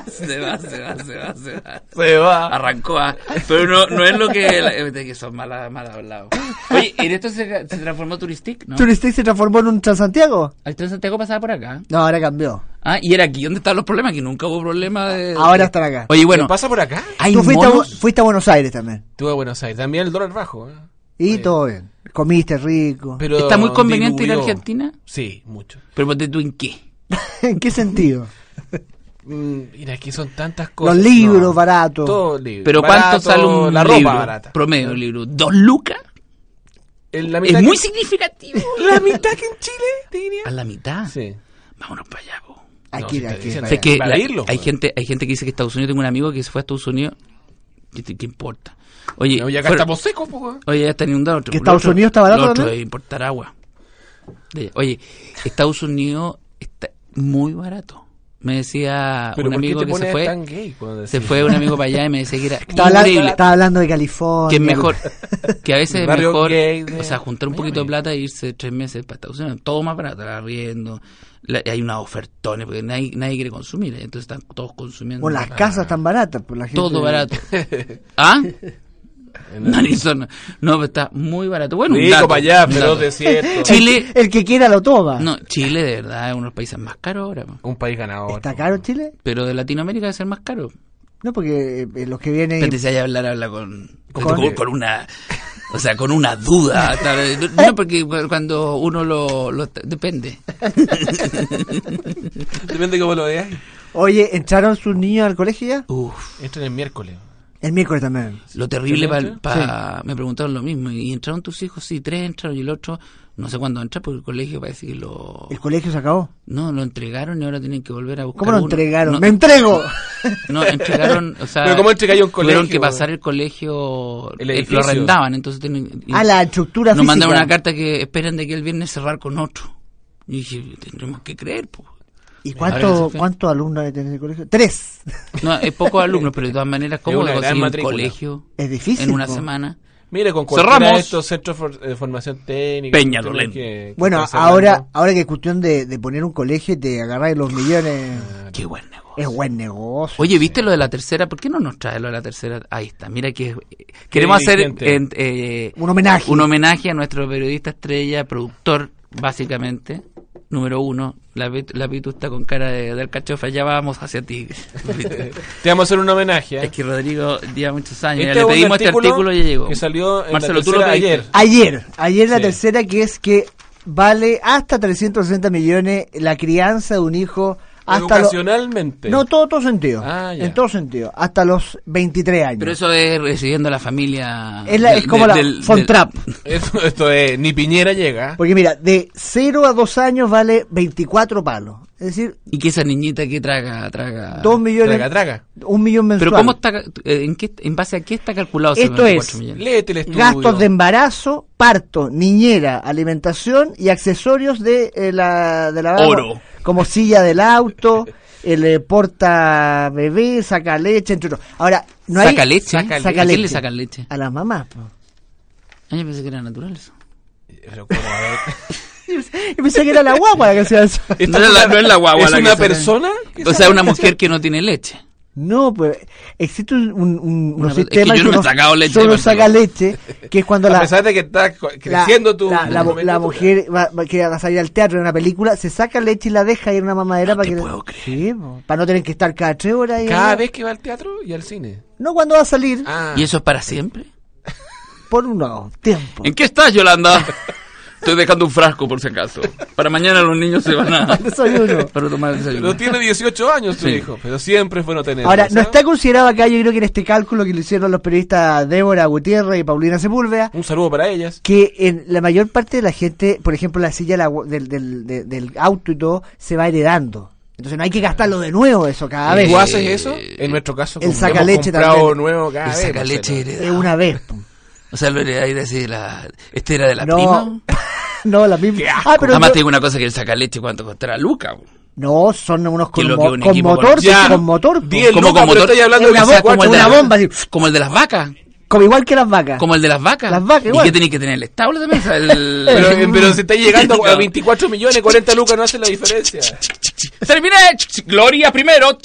Speaker 4: Se va, se va, se va, se va.
Speaker 2: Se va.
Speaker 4: Arrancó ah. Pero no, no es lo que. la- eh, que son malas, malas hablados. Oye, ¿en esto se, se transformó Turistic? ¿No?
Speaker 3: Turistic se transformó en un Transantiago.
Speaker 4: Entonces Santiago pasaba por acá.
Speaker 3: No, ahora cambió.
Speaker 4: Ah, y era aquí donde estaban los problemas, que nunca hubo problema de.
Speaker 3: Ahora están acá.
Speaker 4: Eh, Oye, bueno,
Speaker 2: ¿Qué pasa por acá?
Speaker 4: hay
Speaker 3: Tú fuiste a, Bu-
Speaker 4: monos.
Speaker 3: fuiste a Buenos Aires también.
Speaker 2: Tú a Buenos Aires. También el dólar bajo. ¿eh?
Speaker 3: Y todo bien. Comiste rico.
Speaker 2: Pero
Speaker 4: ¿Está muy conveniente ir a
Speaker 2: diluyó.
Speaker 4: Argentina?
Speaker 2: Sí, mucho.
Speaker 4: Pero ponte tú en qué.
Speaker 3: ¿En qué sentido?
Speaker 2: Mm, Mira, aquí son tantas cosas.
Speaker 3: Los libros
Speaker 2: No,
Speaker 3: baratos.
Speaker 2: Todo libro.
Speaker 4: Pero
Speaker 2: Eh, Barato,
Speaker 4: ¿cuánto sale un
Speaker 2: La ropa
Speaker 4: libro?
Speaker 2: barata.
Speaker 4: Promedio un libro. ¿Dos lucas?
Speaker 2: En la mitad
Speaker 4: Es
Speaker 2: que-
Speaker 4: muy significativo.
Speaker 2: La mitad que en Chile, te diría.
Speaker 4: A la mitad.
Speaker 2: Sí.
Speaker 4: Vámonos para allá, po.
Speaker 2: No,
Speaker 3: Aquí,
Speaker 2: si te
Speaker 3: aquí.
Speaker 2: dicen,
Speaker 3: para
Speaker 4: Sé
Speaker 2: Sé
Speaker 3: allá.
Speaker 4: que
Speaker 2: para
Speaker 4: la-
Speaker 2: irlo,
Speaker 4: hay,
Speaker 2: pues.
Speaker 4: gente, hay gente que dice que Estados Unidos, tengo un amigo que se fue a Estados Unidos. ¿Qué, te- qué importa? Oye,
Speaker 2: No, y acá
Speaker 4: fueron-
Speaker 2: estamos secos, po.
Speaker 4: Oye, ya está inundado. Otro,
Speaker 3: ¿Que
Speaker 4: Lo
Speaker 3: Estados
Speaker 4: otro-
Speaker 3: Unidos está barato
Speaker 4: lo otro
Speaker 3: también?
Speaker 4: es importar agua. De- Oye, Estados Unidos está muy barato. Me decía
Speaker 2: Pero
Speaker 4: Ah,
Speaker 2: ¿por
Speaker 4: un
Speaker 2: qué
Speaker 4: amigo
Speaker 2: te
Speaker 4: que se
Speaker 2: pones
Speaker 4: fue,
Speaker 2: tan gay? cuando
Speaker 4: se
Speaker 2: decís?
Speaker 4: fue un amigo para allá y me decía que era
Speaker 3: Estaba hablando,
Speaker 4: increíble.
Speaker 3: estaba hablando de California.
Speaker 4: Que es mejor, que a veces es
Speaker 2: Barrio
Speaker 4: mejor,
Speaker 2: gay de
Speaker 4: o sea, juntar un poquito de plata e irse tres meses para Estados Unidos. Todo más barato, la arriendo. la- hay unas ofertones porque nadie, nadie quiere consumir. eh. Entonces están todos consumiendo.
Speaker 3: Con las casas tan baratas. Por la gente.
Speaker 4: Todo barato. ¿Ah? En Arizona. No, pero está muy barato. Bueno, un dato,
Speaker 2: Rico para allá,
Speaker 4: un
Speaker 2: pero
Speaker 4: dato.
Speaker 2: desierto.
Speaker 4: Chile-
Speaker 3: El que quiera lo toma.
Speaker 4: No, Chile de verdad es uno de los países más caros ahora. po.
Speaker 2: Un país ganador.
Speaker 3: ¿Está caro Chile?
Speaker 4: Pero de Latinoamérica debe ser más caro.
Speaker 3: No, porque eh, los que vienen...
Speaker 4: Espérate, si hay hablar, habla con, con,
Speaker 3: ¿Con?
Speaker 4: con- con una... O sea, con una duda. tal. No, porque cu- cuando uno lo... lo- depende.
Speaker 2: Depende cómo lo veas.
Speaker 3: Oye, ¿entraron sus niños al colegio ya?
Speaker 4: Uf,
Speaker 2: Entran el miércoles.
Speaker 3: El miércoles también.
Speaker 4: lo terrible para...
Speaker 2: ¿Te
Speaker 4: Me preguntaron lo mismo. ¿Y entraron tus hijos? Sí, tres entraron y el otro... No sé cuándo entra porque el colegio parece que lo...
Speaker 3: El colegio se acabó.
Speaker 4: No, lo entregaron y ahora tienen que volver a buscar
Speaker 3: ¿Cómo lo
Speaker 4: uno.
Speaker 3: entregaron?
Speaker 4: No,
Speaker 3: ¡Me entrego!
Speaker 4: No, entregaron, o sea,
Speaker 2: Pero ¿cómo entregáis un
Speaker 4: tuvieron
Speaker 2: colegio?
Speaker 4: que pasar el colegio,
Speaker 2: El
Speaker 4: eh,
Speaker 2: edificio. Ah,
Speaker 4: lo arrendaban, entonces tienen, y
Speaker 3: A la estructura
Speaker 4: nos
Speaker 3: física.
Speaker 4: mandaron una carta que esperan de que el viernes cerrar con otro. Y dije, tendremos que creer, po.
Speaker 3: ¿Y
Speaker 4: Ahora eso
Speaker 3: cuánto,
Speaker 4: fue.
Speaker 3: cuántos alumnos debe tener el colegio? Tres.
Speaker 4: No, es pocos alumnos, pero de todas maneras, ¿cómo
Speaker 2: Es una
Speaker 4: lo
Speaker 2: gran
Speaker 4: conseguí un
Speaker 2: matrícula.
Speaker 4: colegio
Speaker 3: Es difícil.
Speaker 4: en una
Speaker 3: po.
Speaker 4: semana?
Speaker 2: Mire, con cualquiera
Speaker 4: Cerramos.
Speaker 2: de estos centros for- eh, de formación técnica.
Speaker 4: Peña
Speaker 2: que-
Speaker 4: Dolén.
Speaker 2: que
Speaker 3: Bueno,
Speaker 2: están cerrando.
Speaker 3: ahora, ahora que es cuestión de, de poner un colegio y te agarrar los millones,
Speaker 4: Qué buen negocio.
Speaker 3: es buen negocio.
Speaker 4: Oye, ¿viste lo de la tercera? ¿Por qué no nos trae lo de la tercera? Ahí está, mira que queremos hacer
Speaker 2: dirigente.
Speaker 4: en- eh,
Speaker 3: Un homenaje.
Speaker 4: un homenaje a nuestro periodista estrella, productor, básicamente, número uno. La, Pit- la Pitu está con cara de, de alcachofa, ya vamos hacia ti.
Speaker 2: Te vamos a hacer un homenaje. ¿eh?
Speaker 4: es que Rodrigo lleva muchos años,
Speaker 2: Este
Speaker 4: ya
Speaker 2: es
Speaker 4: le
Speaker 2: un
Speaker 4: pedimos este artículo y ya llegó.
Speaker 2: Que salió en
Speaker 4: Marcelo,
Speaker 2: la
Speaker 4: tú lo
Speaker 2: tercera
Speaker 4: pediste.
Speaker 2: ayer.
Speaker 3: Ayer, ayer la
Speaker 2: Sí.
Speaker 3: tercera que es que vale hasta 360 millones la crianza de un hijo hasta los...
Speaker 2: Educacionalmente.
Speaker 3: No, todo, todo sentido.
Speaker 2: Ah, ya.
Speaker 3: en todo sentido. Hasta los 23 años.
Speaker 4: Pero eso es recibiendo a la familia...
Speaker 3: es, la-
Speaker 4: del-
Speaker 3: es como la
Speaker 4: del- del-
Speaker 3: Fontrap.
Speaker 2: Esto, esto es, ni Piñera llega.
Speaker 3: Porque mira, de 0 a 2 años vale 24 palos. Es decir,
Speaker 4: Y que esa niñita que traga, traga...
Speaker 3: 2 millones...
Speaker 2: Traga, traga.
Speaker 3: Un millón mensual.
Speaker 4: Pero ¿cómo está, eh, en, qué, en base a qué está calculado ese
Speaker 3: Esto
Speaker 4: 24
Speaker 3: es-
Speaker 4: millones?
Speaker 2: Léete el estudio.
Speaker 3: Gastos de embarazo, parto, niñera, alimentación y accesorios de eh, la de la
Speaker 4: Oro.
Speaker 3: como silla del auto, el eh, porta bebé, saca leche, entre otros. Ahora, no hay
Speaker 4: ¿Saca leche? ¿A quién
Speaker 3: leche.
Speaker 4: le sacan leche?
Speaker 3: A las mamás. po.
Speaker 4: Ah, yo pensé que era natural eso.
Speaker 2: Pero ¿cómo? A ver.
Speaker 3: Yo pensé que era la guagua la que hacía eso.
Speaker 4: No es la- no es la guagua
Speaker 2: ¿Es
Speaker 4: la que
Speaker 2: una
Speaker 4: se-
Speaker 2: persona? que
Speaker 4: O sea, una mujer que no tiene leche.
Speaker 3: No, pues existe un, un- un-
Speaker 4: Una-
Speaker 3: unos
Speaker 4: es que
Speaker 3: sistemas
Speaker 4: yo
Speaker 3: que
Speaker 4: no me he
Speaker 3: uno-
Speaker 4: sacado leche,
Speaker 3: solo
Speaker 4: Marcelo.
Speaker 3: saca leche, que es cuando
Speaker 2: A
Speaker 3: la,
Speaker 2: pesar de que estás co-
Speaker 3: la,
Speaker 2: creciendo tú.
Speaker 3: la, la- la mujer va- va- que va a salir al teatro en una película, se saca leche y la deja ir a una mamadera para
Speaker 4: te
Speaker 3: que
Speaker 4: puedo creer.
Speaker 3: Sí, po, para no tener que estar cada tres horas ahí.
Speaker 2: Cada vez que va al teatro y al cine.
Speaker 3: No cuando va a salir
Speaker 2: Ah.
Speaker 4: ¿Y eso es para siempre?
Speaker 3: por un nuevo tiempo.
Speaker 4: ¿En qué estás, Yolanda? Estoy dejando un frasco, por si acaso. Para mañana los niños se van a...
Speaker 3: Desayuno.
Speaker 4: Para tomar el desayuno.
Speaker 2: Pero tiene 18 años tu
Speaker 4: Sí.
Speaker 2: hijo, pero siempre es bueno tenerlo.
Speaker 3: Ahora, no
Speaker 2: ¿sabes?
Speaker 3: está considerado acá, yo creo que en este cálculo que le hicieron los periodistas Débora Gutiérrez y Paulina Sepúlveda,
Speaker 2: Un saludo para ellas.
Speaker 3: que en la mayor parte de la gente, por ejemplo, la silla de la gua- del, del, de- del auto y todo, se va heredando. Entonces no hay que gastarlo de nuevo eso cada vez.
Speaker 2: ¿Tú haces
Speaker 4: Eh,
Speaker 2: eso? En nuestro caso,
Speaker 3: el
Speaker 2: como
Speaker 3: sacaleche
Speaker 2: hemos comprado
Speaker 3: también.
Speaker 2: nuevo cada
Speaker 4: Y
Speaker 2: vez,
Speaker 4: saca
Speaker 2: Marcelo.
Speaker 4: leche
Speaker 3: Es
Speaker 4: heredada.
Speaker 3: una vez. po.
Speaker 4: O sea, lo heredáis decir, la... ¿este era de la
Speaker 3: no,
Speaker 4: prima?
Speaker 3: no, la misma. Ah, pero
Speaker 4: Además
Speaker 3: yo-
Speaker 4: te digo una cosa, que el saca leche cuánto costará Luca. bo.
Speaker 3: No, son unos
Speaker 4: Que
Speaker 3: con,
Speaker 4: lo
Speaker 3: mo-
Speaker 4: que un
Speaker 3: con
Speaker 4: equipo
Speaker 3: motor,
Speaker 4: con- Ya.
Speaker 3: sí, con motor. po.
Speaker 2: Diez
Speaker 4: Como-
Speaker 2: lucas,
Speaker 4: como
Speaker 2: pero
Speaker 4: motor.
Speaker 2: estoy hablando de
Speaker 3: Es una
Speaker 2: que sea
Speaker 3: bomba,
Speaker 2: cuatro
Speaker 3: una
Speaker 2: lucas.
Speaker 3: bomba. así,
Speaker 4: Como el de las vacas.
Speaker 3: como igual que las vacas.
Speaker 4: Como el de las vacas.
Speaker 3: Las vacas,
Speaker 4: ¿Y
Speaker 3: igual.
Speaker 4: qué tiene que tener? ¿El establo también? O sea, el-
Speaker 2: Pero, eh, pero si está llegando a
Speaker 4: No.
Speaker 2: 24 millones, 40 lucas no hace la diferencia.
Speaker 4: Terminé.
Speaker 2: eh,
Speaker 4: Gloria primero.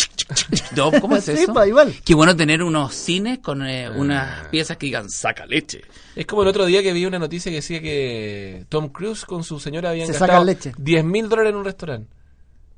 Speaker 4: No, ¿cómo es
Speaker 3: Sí,
Speaker 4: eso?
Speaker 3: pa, igual.
Speaker 4: Qué bueno tener unos cines con eh, unas piezas que digan saca leche.
Speaker 2: Es como el otro día que vi una noticia que decía que Tom Cruise con su señora habían
Speaker 3: Se
Speaker 2: gastado
Speaker 3: sacan leche.
Speaker 2: 10 mil dólares en un restaurante.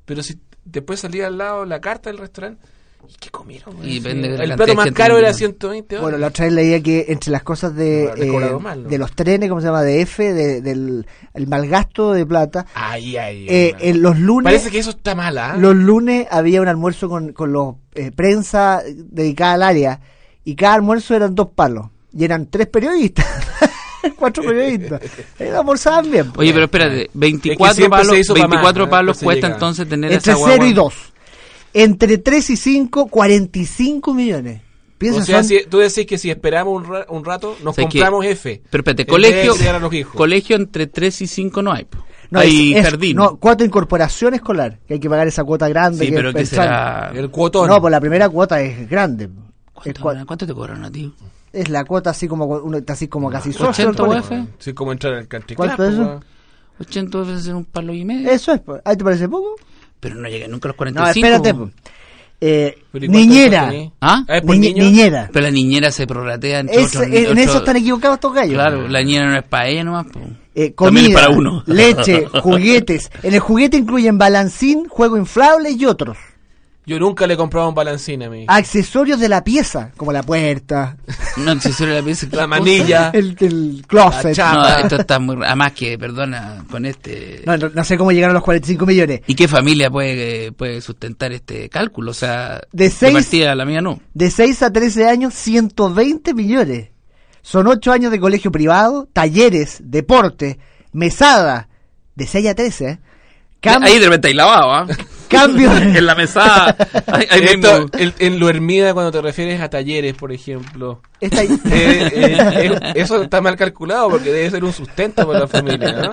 Speaker 2: Pero si después salía al lado la carta del restaurante, ¿y qué comieron? güey?
Speaker 4: Y
Speaker 2: Sí,
Speaker 4: depende de la
Speaker 2: el
Speaker 4: cantidad
Speaker 2: plato
Speaker 4: de
Speaker 2: más
Speaker 4: gente
Speaker 2: caro
Speaker 4: que
Speaker 2: era
Speaker 4: comieron.
Speaker 2: 120 dólares.
Speaker 3: Bueno, la otra vez leía que entre las cosas de,
Speaker 2: No, le
Speaker 3: eh,
Speaker 2: cobraron mal, ¿no?
Speaker 3: de los trenes, ¿cómo se llama? De F, de- del el mal gasto de plata.
Speaker 4: Ah,
Speaker 2: Ay, ay,
Speaker 3: eh,
Speaker 2: ay.
Speaker 3: en los lunes,
Speaker 2: Parece que eso está mal, ¿ah?
Speaker 3: los lunes había un almuerzo con, con los eh, prensa dedicada al área y cada almuerzo eran dos palos y eran tres periodistas, cuatro periodistas. Eh, almorzaban bien.
Speaker 4: Oye, pero espérate, 24
Speaker 2: siempre
Speaker 4: palos,
Speaker 2: se hizo pa' más,
Speaker 4: 24
Speaker 2: ¿no? Después
Speaker 4: palos
Speaker 2: se
Speaker 4: cuesta
Speaker 2: llega.
Speaker 4: entonces tener
Speaker 3: entre
Speaker 4: esa
Speaker 3: 0
Speaker 4: guagua.
Speaker 3: y 2. Entre 3 y 5, 45 millones. Piensa,
Speaker 2: O sea,
Speaker 3: son-
Speaker 2: si- tú decís que si esperamos un, ra- un rato, nos
Speaker 4: O sea, que-
Speaker 2: compramos F.
Speaker 4: Pero espérate,
Speaker 2: En vez de
Speaker 4: colegio,
Speaker 2: criar a los hijos.
Speaker 4: colegio entre 3 y 5 no hay. po.
Speaker 3: no,
Speaker 4: hay
Speaker 3: es- es-
Speaker 4: jardín.
Speaker 3: No, cuota incorporación escolar, que hay que pagar esa cuota grande.
Speaker 4: sí, pero
Speaker 3: es
Speaker 4: que
Speaker 3: pensar-
Speaker 4: será...
Speaker 2: El cuotón.
Speaker 3: No, pues la primera cuota es grande. Es,
Speaker 4: ¿Cuánto,
Speaker 3: cua-
Speaker 4: cuánto te cobran a ti?
Speaker 3: es la cuota así como uno está así como casi socio.
Speaker 4: 80
Speaker 3: ¿no?
Speaker 4: UF.
Speaker 2: Sí, como entrar al country club.
Speaker 3: ¿Cuánto es eso?
Speaker 2: weón.
Speaker 4: 80 veces en un palo y medio.
Speaker 3: Eso es. po. ¿Ah, te parece poco?
Speaker 4: Pero no llega nunca a los
Speaker 3: No,
Speaker 4: 45.
Speaker 3: espérate.
Speaker 4: po.
Speaker 3: po. Eh,
Speaker 2: Pero ¿y cuántos
Speaker 3: niñera.
Speaker 2: hijos tenés?
Speaker 4: ¿Ah?
Speaker 2: ¿Es por
Speaker 3: Niñe-
Speaker 2: niños?
Speaker 3: Niñera.
Speaker 4: Pero la niñera se prorratea entre
Speaker 3: Es-
Speaker 4: otros-
Speaker 3: en
Speaker 4: otros-
Speaker 3: eso están equivocados estos gallos.
Speaker 4: Claro, la niñera no es para ella nomás. po.
Speaker 3: Eh,
Speaker 4: También es
Speaker 3: comida,
Speaker 4: para uno.
Speaker 3: leche, juguetes. En el juguete incluyen balancín, juego inflable y otros.
Speaker 2: Yo nunca le he comprado un balancín a mi hija.
Speaker 3: Accesorios de la pieza, como la puerta,
Speaker 4: Un accesorio de la pieza. ¿qué
Speaker 2: La
Speaker 4: cosa?
Speaker 2: manilla.
Speaker 3: el, el closet.
Speaker 4: No, esto está muy. Además, que, perdona, con este.
Speaker 3: No, no- no sé cómo llegaron a los 45 millones.
Speaker 4: ¿Y qué familia puede, puede sustentar este cálculo? O sea,
Speaker 3: De seis-
Speaker 4: partida, la mía no.
Speaker 3: De 6 a 13 años, 120 millones. Son 8 años de colegio privado, talleres, deporte, mesada, de 6 a 13. ¿eh? Cam-
Speaker 4: Ahí de repente hay lavado, ¿ah?
Speaker 3: Cambio.
Speaker 4: en la mesada. Ahí, ahí
Speaker 2: Esto,
Speaker 4: mismo.
Speaker 2: el- en lo hermida cuando te refieres a talleres, por ejemplo.
Speaker 3: Esta-
Speaker 2: Eh, eh, eh, eso está mal calculado porque debe ser un sustento para la familia, ¿no?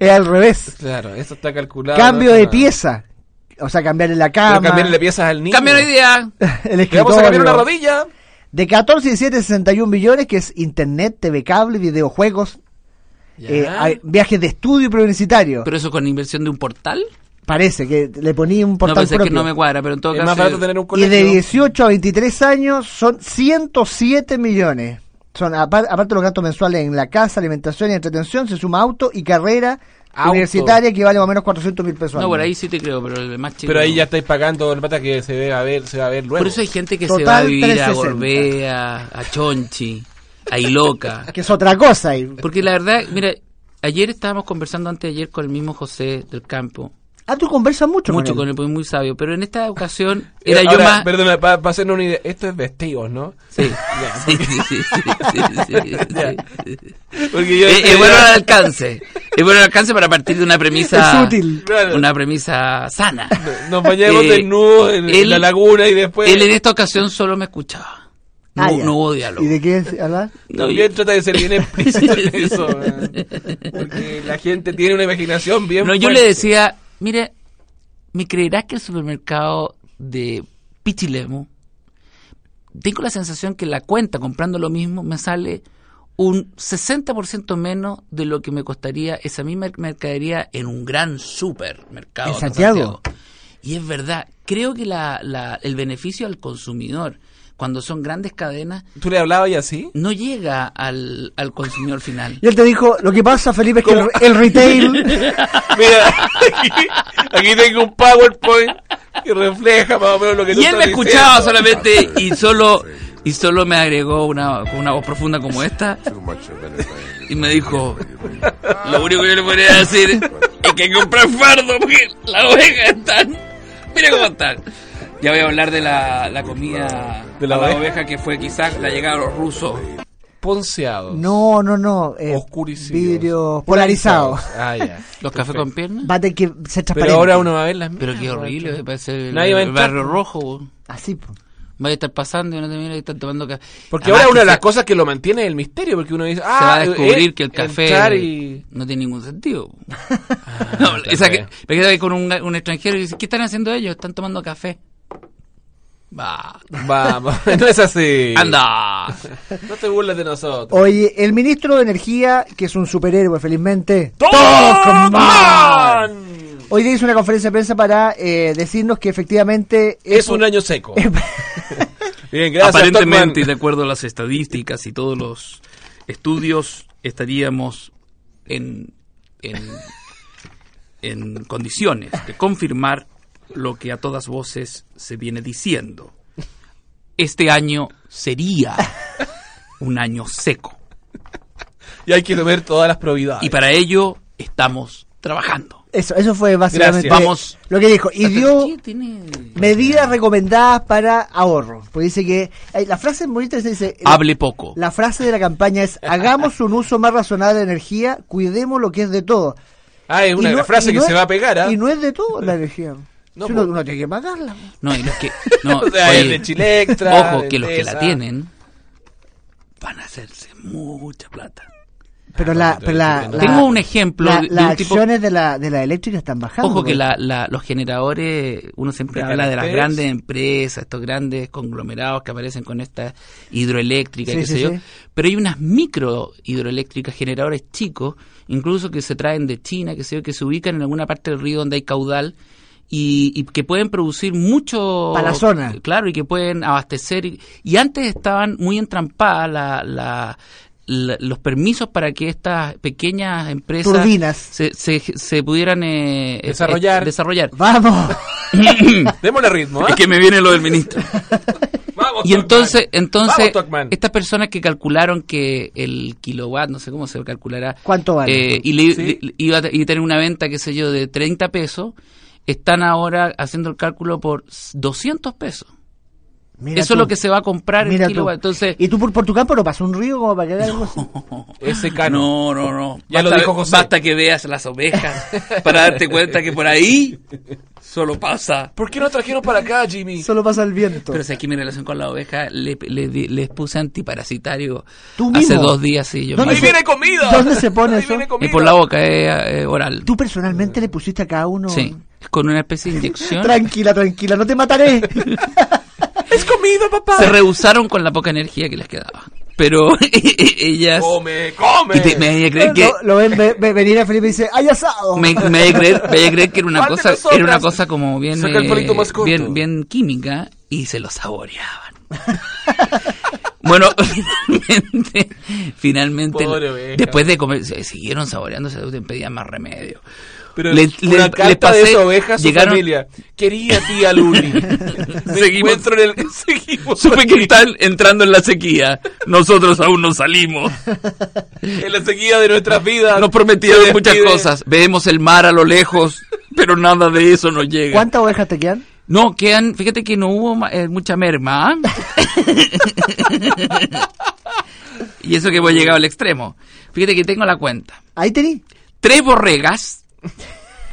Speaker 3: es al revés.
Speaker 2: Claro, eso está calculado.
Speaker 3: Cambio
Speaker 2: no está
Speaker 3: de
Speaker 2: mal.
Speaker 3: pieza. O sea, cambiarle la
Speaker 2: Pero
Speaker 3: cama.
Speaker 2: cambiarle piezas al niño.
Speaker 4: Cambio de idea.
Speaker 3: El
Speaker 2: Le vamos a cambiar una
Speaker 3: escritorio.
Speaker 2: rodilla.
Speaker 3: De 14 a 17, 61 millones, que es internet, TV cable, videojuegos,
Speaker 2: Ya.
Speaker 3: eh, hay- viajes de estudio y preuniversitario.
Speaker 4: Pero eso con inversión de un portal.
Speaker 3: Parece que le ponía un
Speaker 4: No,
Speaker 3: portal
Speaker 4: pues es que
Speaker 3: propio.
Speaker 4: no me cuadra, pero en todo
Speaker 2: es
Speaker 4: caso.
Speaker 2: más barato tener un
Speaker 3: Y
Speaker 2: colegio.
Speaker 3: de 18 a 23 años son 107 millones. Son apar- aparte de los gastos mensuales en la casa, alimentación y entretención, se suma auto y carrera
Speaker 2: Auto.
Speaker 3: universitaria que vale más o menos 400 mil pesos.
Speaker 4: No,
Speaker 3: al
Speaker 4: por
Speaker 3: mes.
Speaker 4: ahí sí te creo, pero el más chico.
Speaker 2: Pero ahí
Speaker 4: no.
Speaker 2: ya estáis pagando el plata que se debe a ver, se va a ver luego. Eh,
Speaker 4: Por eso hay gente que se
Speaker 3: Total
Speaker 4: va a vivir
Speaker 3: 360.
Speaker 4: a Gorbea, a Chonchi, a Iloca.
Speaker 3: Que es otra cosa. y-
Speaker 4: Porque la verdad, mira, ayer estábamos conversando antes de ayer con el mismo José del campo.
Speaker 3: Ah, tú conversas mucho,
Speaker 4: Mucho
Speaker 3: con
Speaker 4: con
Speaker 3: él.
Speaker 4: él, pues muy sabio. Pero en esta ocasión
Speaker 2: Eh,
Speaker 4: era yo
Speaker 2: ahora,
Speaker 4: más.
Speaker 2: Perdona, para hacernos una idea. Esto es vestidos, ¿no?
Speaker 4: Sí, sí, sí, sí, sí, sí, sí.
Speaker 2: Porque yo.
Speaker 4: Es es bueno al alcance. Es bueno al alcance para partir de una premisa.
Speaker 3: Es útil.
Speaker 2: Claro.
Speaker 4: Una premisa sana.
Speaker 2: Nos bañamos
Speaker 4: Eh,
Speaker 2: desnudos en
Speaker 4: él-
Speaker 2: la laguna y después.
Speaker 4: Él en esta ocasión solo me escuchaba. No,
Speaker 3: Ah, ya.
Speaker 4: no hubo diálogo.
Speaker 3: ¿Y de qué es hablar?
Speaker 4: No,
Speaker 2: También
Speaker 4: yo-
Speaker 2: trata de ser bien explícito en eso. eh, Porque la gente tiene una imaginación bien.
Speaker 4: no, yo
Speaker 2: fuerte.
Speaker 4: le decía, mire, ¿me creerás que el supermercado de Pichilemu, tengo la sensación que la cuenta comprando lo mismo me sale un 60% menos de lo que me costaría esa misma mercadería en un gran supermercado.
Speaker 3: ¿En
Speaker 4: de
Speaker 3: Santiago?
Speaker 4: Y es verdad, creo que la- la- el beneficio al consumidor, cuando son grandes cadenas,
Speaker 2: ¿Tú le hablabas y así?
Speaker 4: no llega al, al consumidor final.
Speaker 3: Y él te dijo, lo que pasa, Felipe, es que el, el retail...
Speaker 2: Mira, aquí, aquí tengo un PowerPoint que refleja más o menos lo que tú
Speaker 4: Y él me
Speaker 2: estás
Speaker 4: escuchaba
Speaker 2: diciendo.
Speaker 4: solamente y solo y solo me agregó una, con una voz profunda como esta y me dijo, lo único que yo le podría decir es que hay que comprar fardo porque las ovejas están, mira cómo están. Ya voy a hablar de la, la comida
Speaker 2: ¿De la
Speaker 4: a
Speaker 2: oveja?
Speaker 4: que fue quizás la llegada de los rusos.
Speaker 2: Ponceado.
Speaker 3: No, no, no. eh,
Speaker 2: Oscurecido.
Speaker 3: vidrio polarizado.
Speaker 2: Ah, ya.
Speaker 4: Los cafés con piernas.
Speaker 3: Va a tener que ser transparente.
Speaker 2: Pero ahora uno va a ver las
Speaker 4: Pero
Speaker 2: mías,
Speaker 4: qué horrible, parece el,
Speaker 2: Nadie va a
Speaker 4: el
Speaker 2: entrar.
Speaker 4: barrio rojo. bo.
Speaker 3: Así, po.
Speaker 4: Vaya a estar pasando y no te mira y están tomando café.
Speaker 2: Porque ahora una de las cosas que lo mantiene es el misterio, porque uno dice, ah,
Speaker 4: se va a descubrir
Speaker 2: eh,
Speaker 4: que el café
Speaker 2: entrar y- Ah,
Speaker 4: no tiene ningún sentido. No, esa que, me quedo ahí con un, un extranjero y dice, ¿qué están haciendo ellos? Están tomando café. Bah,
Speaker 2: Vamos, no es así.
Speaker 4: anda.
Speaker 2: No te burles de nosotros.
Speaker 3: Oye, el ministro de Energía, que es un superhéroe, felizmente.
Speaker 2: ¡Tocman!
Speaker 3: Hoy día hizo una conferencia de prensa para eh, decirnos que efectivamente
Speaker 2: Es un año seco. Bien, gracias.
Speaker 4: Aparentemente, de
Speaker 2: Tocman.
Speaker 4: acuerdo a las estadísticas y todos los estudios, estaríamos en, en, en condiciones de confirmar lo que a todas voces se viene diciendo. Este año sería un año seco.
Speaker 2: Y hay que ver todas las probidades.
Speaker 4: Y para ello estamos trabajando.
Speaker 3: eso, eso fue básicamente
Speaker 2: Gracias.
Speaker 4: Vamos.
Speaker 3: lo que dijo y dio
Speaker 4: Sí, tiene-
Speaker 3: medidas recomendadas para ahorro. Porque dice que ay, la frase es bonita se dice la-
Speaker 4: Hable poco.
Speaker 3: La frase de la campaña es hagamos un uso más razonable de la energía, cuidemos lo que es de todo.
Speaker 2: Ah, es una
Speaker 3: Y no-
Speaker 2: frase
Speaker 3: y
Speaker 2: que
Speaker 3: no
Speaker 2: se
Speaker 3: es-
Speaker 2: va a pegar, ¿ah?
Speaker 3: Y no es de todo la energía.
Speaker 2: No, Ah,
Speaker 3: Si uno,
Speaker 2: po-
Speaker 3: uno tiene que pagarla.
Speaker 4: No, y los que, no,
Speaker 2: O sea,
Speaker 4: oye,
Speaker 2: es de Chilectra,
Speaker 4: Ojo,
Speaker 2: de
Speaker 4: que los que la
Speaker 2: Endesa.
Speaker 4: tienen van a hacerse mucha plata.
Speaker 3: Pero
Speaker 2: Ah,
Speaker 3: la,
Speaker 2: no,
Speaker 3: pero la,
Speaker 2: no, no.
Speaker 3: la-
Speaker 4: Tengo un ejemplo
Speaker 3: la-
Speaker 4: de- de
Speaker 3: las
Speaker 4: un tipo-
Speaker 3: acciones de la de la eléctrica están bajando. ¿eh? pues.
Speaker 4: Ojo que
Speaker 3: po.
Speaker 4: la, la- los generadores, uno siempre
Speaker 2: ¿De
Speaker 4: habla de las
Speaker 2: caracteres?
Speaker 4: grandes empresas, estos grandes conglomerados que aparecen con esta hidroeléctrica,
Speaker 3: Sí,
Speaker 4: qué
Speaker 3: sí,
Speaker 4: sé yo,
Speaker 3: sí.
Speaker 4: pero hay unas micro hidroeléctricas, generadores chicos, incluso que se traen de China, que sé yo, que se ubican en alguna parte del río donde hay caudal y, y que pueden producir mucho...
Speaker 3: Pa' la zona.
Speaker 4: Claro, y que pueden abastecer. Y, y antes estaban muy entrampadas la- la- la- los permisos para que estas pequeñas empresas
Speaker 3: Turbinas.
Speaker 4: se, se, se pudieran eh,
Speaker 2: Desarrollar.
Speaker 4: eh, desarrollar.
Speaker 3: Vamos.
Speaker 2: Démosle ritmo, ¿ah?
Speaker 4: Es que me viene lo del ministro.
Speaker 2: Vamos,
Speaker 4: Y entonces,
Speaker 2: Tuckman.
Speaker 4: entonces
Speaker 2: Vamos, Tuckman.
Speaker 4: estas personas que calcularon que el kilowatt, no sé cómo se calculará,
Speaker 3: ¿Cuánto vale?
Speaker 4: eh, y le-
Speaker 2: Sí.
Speaker 4: le- iba a te- y tener una venta, qué sé yo, de 30 pesos, están ahora haciendo el cálculo por 200 pesos.
Speaker 3: Mira tú.
Speaker 4: Eso es lo que se va a comprar
Speaker 3: Mira
Speaker 4: el
Speaker 3: tú.
Speaker 4: kilowatt. Entonces,
Speaker 3: ¿Y tú por, por tu campo no pasó un río como para que haga algo así?
Speaker 2: Ese cano.
Speaker 4: no, no, no.
Speaker 2: Ya lo
Speaker 4: Basta-
Speaker 2: dijo José.
Speaker 4: Basta que veas las ovejas para darte cuenta que por ahí solo pasa.
Speaker 2: ¿Por qué no trajeron para acá, Jimmy?
Speaker 3: Solo pasa el viento.
Speaker 4: Pero si aquí mi relación con la oveja le, le di- les puse antiparasitario
Speaker 3: ¿Tú
Speaker 4: hace
Speaker 3: mismo?
Speaker 4: dos días, sí, yo
Speaker 3: ¿Dónde
Speaker 2: ¡Ahí
Speaker 4: mismo.
Speaker 3: se-
Speaker 2: viene comida!
Speaker 3: ¿Dónde se pone
Speaker 2: Ahí
Speaker 3: eso?
Speaker 2: viene comida.
Speaker 4: Eh, por la boca, eh, eh, oral.
Speaker 3: ¿Tú personalmente le pusiste a cada uno?
Speaker 4: Sí, con una especie de inyección.
Speaker 3: Tranquila, tranquila, no te mataré.
Speaker 2: ¡Es comida, papá!
Speaker 4: se rehusaron con la poca energía que les quedaba. Pero e, ellas...
Speaker 2: ¡Come, come!
Speaker 4: Y te- me vaya a creer que...
Speaker 3: lo, lo ven ve- ve- venir a Felipe y dice, ¡hay asado!
Speaker 4: Me, me vaya a creer, me vaya a creer que era una
Speaker 2: Parte
Speaker 4: cosa,
Speaker 2: las
Speaker 4: era una
Speaker 2: obras.
Speaker 4: cosa como bien,
Speaker 2: Saca el
Speaker 4: eh,
Speaker 2: palito más corto.
Speaker 4: bien, bien química y se lo saboreaban. bueno, finalmente, finalmente,
Speaker 2: Pobre oveja.
Speaker 4: después de comer, se- siguieron saboreándose, pedían más remedio.
Speaker 2: Pero
Speaker 4: Le-
Speaker 2: una
Speaker 4: le-
Speaker 2: carta
Speaker 4: le pasé-
Speaker 2: de esa oveja a su
Speaker 4: llegaron-
Speaker 2: familia. Quería tía Luli. Me
Speaker 4: Seguimos.
Speaker 2: encuentro en el... Seguimos
Speaker 4: Supe que están entrando en la sequía. Nosotros aún no salimos.
Speaker 2: en la sequía de nuestras vidas.
Speaker 4: Nos prometieron
Speaker 2: Se
Speaker 4: muchas
Speaker 2: despide.
Speaker 4: cosas. Vemos el mar a lo lejos, pero nada de eso nos llega.
Speaker 3: ¿Cuántas ovejas te quedan?
Speaker 4: No, quedan, fíjate que no hubo ma- eh, mucha merma. ¿ah? y eso que hemos llegado al extremo. Fíjate que tengo la cuenta.
Speaker 3: Ahí tení.
Speaker 4: Tres borregas,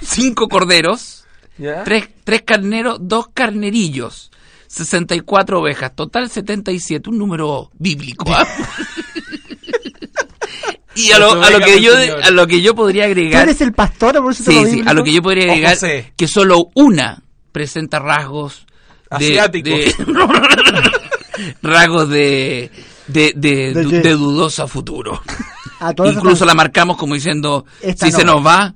Speaker 4: cinco corderos,
Speaker 2: ¿Ya?
Speaker 4: tres, tres carneros, dos carnerillos, 64 ovejas, total 77, un número bíblico. ¿ah? y a lo, a lo que yo a lo que yo podría
Speaker 3: ¿Tú
Speaker 4: agregar
Speaker 3: eres el pastor? Por eso te
Speaker 4: Sí,
Speaker 3: lo
Speaker 4: sí,
Speaker 3: digo?
Speaker 4: a lo que yo podría
Speaker 2: O
Speaker 4: agregar
Speaker 2: José.
Speaker 4: que solo una presenta rasgos de-
Speaker 2: Asiáticos.
Speaker 4: de- rasgos de de, de-
Speaker 3: ¿De
Speaker 4: du-
Speaker 3: qué?
Speaker 4: de dudoso futuro.
Speaker 3: A todas
Speaker 4: Incluso
Speaker 3: esas-
Speaker 4: la marcamos como diciendo
Speaker 3: Esta
Speaker 4: si
Speaker 3: no.
Speaker 4: se nos va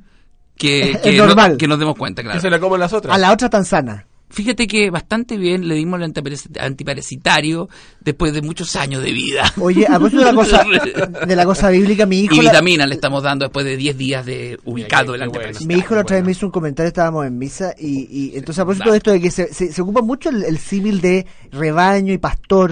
Speaker 4: que
Speaker 3: Es
Speaker 4: que,
Speaker 3: normal.
Speaker 4: no- que nos demos cuenta, claro.
Speaker 2: Que se la comen las otras.
Speaker 3: A la otra tan sana.
Speaker 4: Fíjate que bastante bien le dimos el antiparas- antiparasitario después de muchos años de vida.
Speaker 3: Oye, a propósito de la cosa, de la cosa bíblica, mi hijo...
Speaker 4: y
Speaker 3: la-
Speaker 4: vitamina le estamos dando después de 10 días de ubicado el
Speaker 2: Mira, qué- qué
Speaker 4: antiparasitario.
Speaker 3: Mi hijo la otra vez
Speaker 2: Bueno.
Speaker 3: me hizo un comentario, estábamos en misa, y, y entonces a propósito
Speaker 4: Dale.
Speaker 3: de esto de que se, se, se ocupa mucho el, el símil de rebaño y pastor.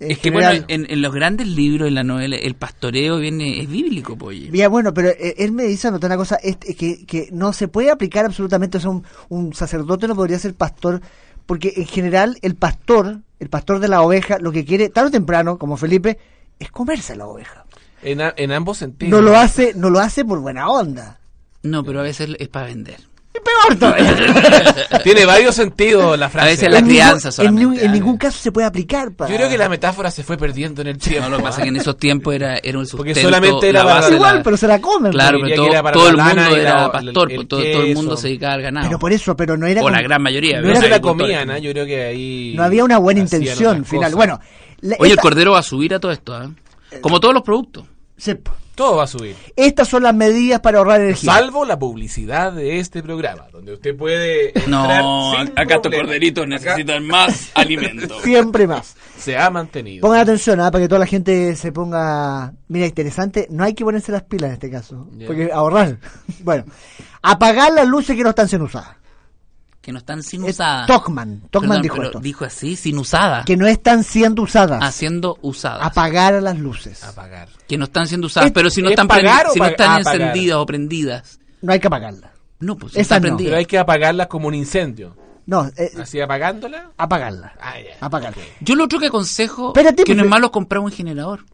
Speaker 3: en
Speaker 4: Es que
Speaker 3: general.
Speaker 4: bueno, en, en los grandes libros, en la novela, el pastoreo viene es bíblico, pollo.
Speaker 3: Ya, bueno, pero eh, él me dice anotar una cosa este, que, que no se puede aplicar absolutamente, o sea, un, un sacerdote no podría ser pastor, porque en general el pastor, el pastor de la oveja, lo que quiere, tarde o temprano, como Felipe, es comerse a la oveja.
Speaker 2: En, a- en ambos sentidos.
Speaker 3: No lo hace, no lo hace por buena onda.
Speaker 4: No, pero a veces es para vender.
Speaker 3: Y peor todavía.
Speaker 2: Tiene varios sentidos la frase.
Speaker 4: A veces la-
Speaker 3: En ningún-
Speaker 4: crianza
Speaker 3: en, ni-
Speaker 4: solamente,
Speaker 3: en
Speaker 4: ah.
Speaker 3: ningún caso se puede aplicar. Para...
Speaker 2: Yo creo que la metáfora se fue perdiendo en el tiempo.
Speaker 4: No, lo que pasa es que en esos tiempos era, era un
Speaker 2: Porque
Speaker 4: sustento.
Speaker 2: solamente era
Speaker 4: la base
Speaker 2: para-
Speaker 4: de
Speaker 3: igual,
Speaker 4: la-
Speaker 3: pero se la comen.
Speaker 4: Claro,
Speaker 2: Diría que
Speaker 4: pero todo,
Speaker 2: era para
Speaker 4: todo el
Speaker 2: la lana
Speaker 4: mundo
Speaker 2: y
Speaker 4: era
Speaker 2: la-
Speaker 4: pastor,
Speaker 2: el- el
Speaker 4: todo, todo el mundo
Speaker 2: queso.
Speaker 4: se dedicaba al ganado.
Speaker 3: Pero por eso, pero no era
Speaker 4: Ah, o la
Speaker 3: como-
Speaker 4: gran mayoría.
Speaker 2: No
Speaker 3: no
Speaker 4: los
Speaker 2: se la
Speaker 4: agricultores.
Speaker 2: comían, ¿ah? yo creo que ahí...
Speaker 3: no había una buena
Speaker 2: hacían
Speaker 3: intención
Speaker 2: otras
Speaker 3: final.
Speaker 2: cosas.
Speaker 3: Bueno, la-
Speaker 4: Oye, el
Speaker 3: esta-
Speaker 4: cordero va a subir a todo esto, ¿ah? Como todos los productos.
Speaker 3: se-
Speaker 2: Todo va a subir.
Speaker 3: estas son las medidas para ahorrar energía.
Speaker 2: Salvo la publicidad de este programa, donde usted puede entrar sin problema. Acá
Speaker 4: más alimento.
Speaker 3: Siempre más.
Speaker 2: se ha mantenido.
Speaker 3: Pongan atención, ¿ah? para que toda la gente se ponga. Mira, interesante, no hay que ponerse las pilas en este caso.
Speaker 2: Ya.
Speaker 3: Porque ahorrar. Bueno, apagar las luces que no están siendo usadas.
Speaker 4: Que no están sin
Speaker 3: Es
Speaker 4: usada.
Speaker 3: Tocman, Tocman
Speaker 4: Ah. Perdón,
Speaker 3: dijo
Speaker 4: pero Ah,
Speaker 3: esto.
Speaker 4: Dijo así, sin usada.
Speaker 3: Que no están siendo usadas.
Speaker 4: Haciendo usada.
Speaker 3: Apagar las luces.
Speaker 2: Apagar.
Speaker 4: que no están siendo usadas,
Speaker 3: ¿Es-
Speaker 4: pero si no
Speaker 2: es
Speaker 4: están,
Speaker 2: pagar
Speaker 4: prendi-
Speaker 2: o
Speaker 4: si no
Speaker 2: pag-
Speaker 4: están
Speaker 2: ah, pagar.
Speaker 4: encendidas o prendidas.
Speaker 3: No hay que apagarlas.
Speaker 4: No, pues si
Speaker 3: Esas no.
Speaker 4: están
Speaker 2: Pero
Speaker 4: prendidas.
Speaker 2: hay que apagarla como un incendio.
Speaker 3: No, eh,
Speaker 4: Ah,
Speaker 2: Así apagándola.
Speaker 3: apagarlas.
Speaker 2: Ah, ya.
Speaker 3: Apagarlas.
Speaker 4: Yo lo otro que aconsejo
Speaker 3: Espérate,
Speaker 4: que
Speaker 2: pues,
Speaker 4: no es
Speaker 2: eh,
Speaker 3: pero-
Speaker 4: malo comprar un generador.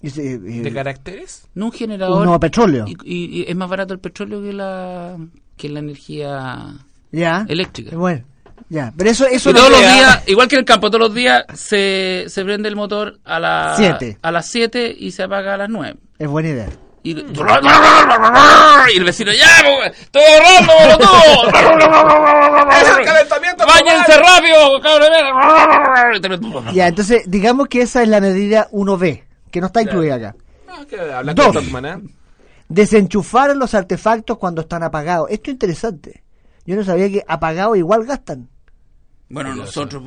Speaker 3: Y se- eh, y-
Speaker 2: ¿De caracteres?
Speaker 4: No un generador.
Speaker 3: No, petróleo.
Speaker 4: Y, y- y es más barato el petróleo que la que la energía.
Speaker 3: Ya.
Speaker 4: Eléctrica.
Speaker 3: Bueno, ya. Pero eso, eso
Speaker 4: Y todos
Speaker 3: no-
Speaker 4: los
Speaker 2: idea.
Speaker 4: días, igual que en el campo, todos los días se, se prende el motor a las
Speaker 3: Siete.
Speaker 4: a las 7 y se apaga a las 9.
Speaker 3: es buena idea.
Speaker 4: Y, y el vecino, ya, pues, estoy ahorrando, todo.
Speaker 2: ¡Es el calentamiento global!
Speaker 4: ¡Váyanse rápido, cabrones!
Speaker 3: Ya, entonces, digamos que esa es la medida 1B, que no está incluida acá.
Speaker 2: Ah, que habla con
Speaker 3: Dos.
Speaker 2: Stockman, ¿ah?
Speaker 3: Desenchufar los artefactos cuando están apagados. Esto es interesante. Yo no sabía que apagados igual gastan.
Speaker 4: Bueno, nosotros.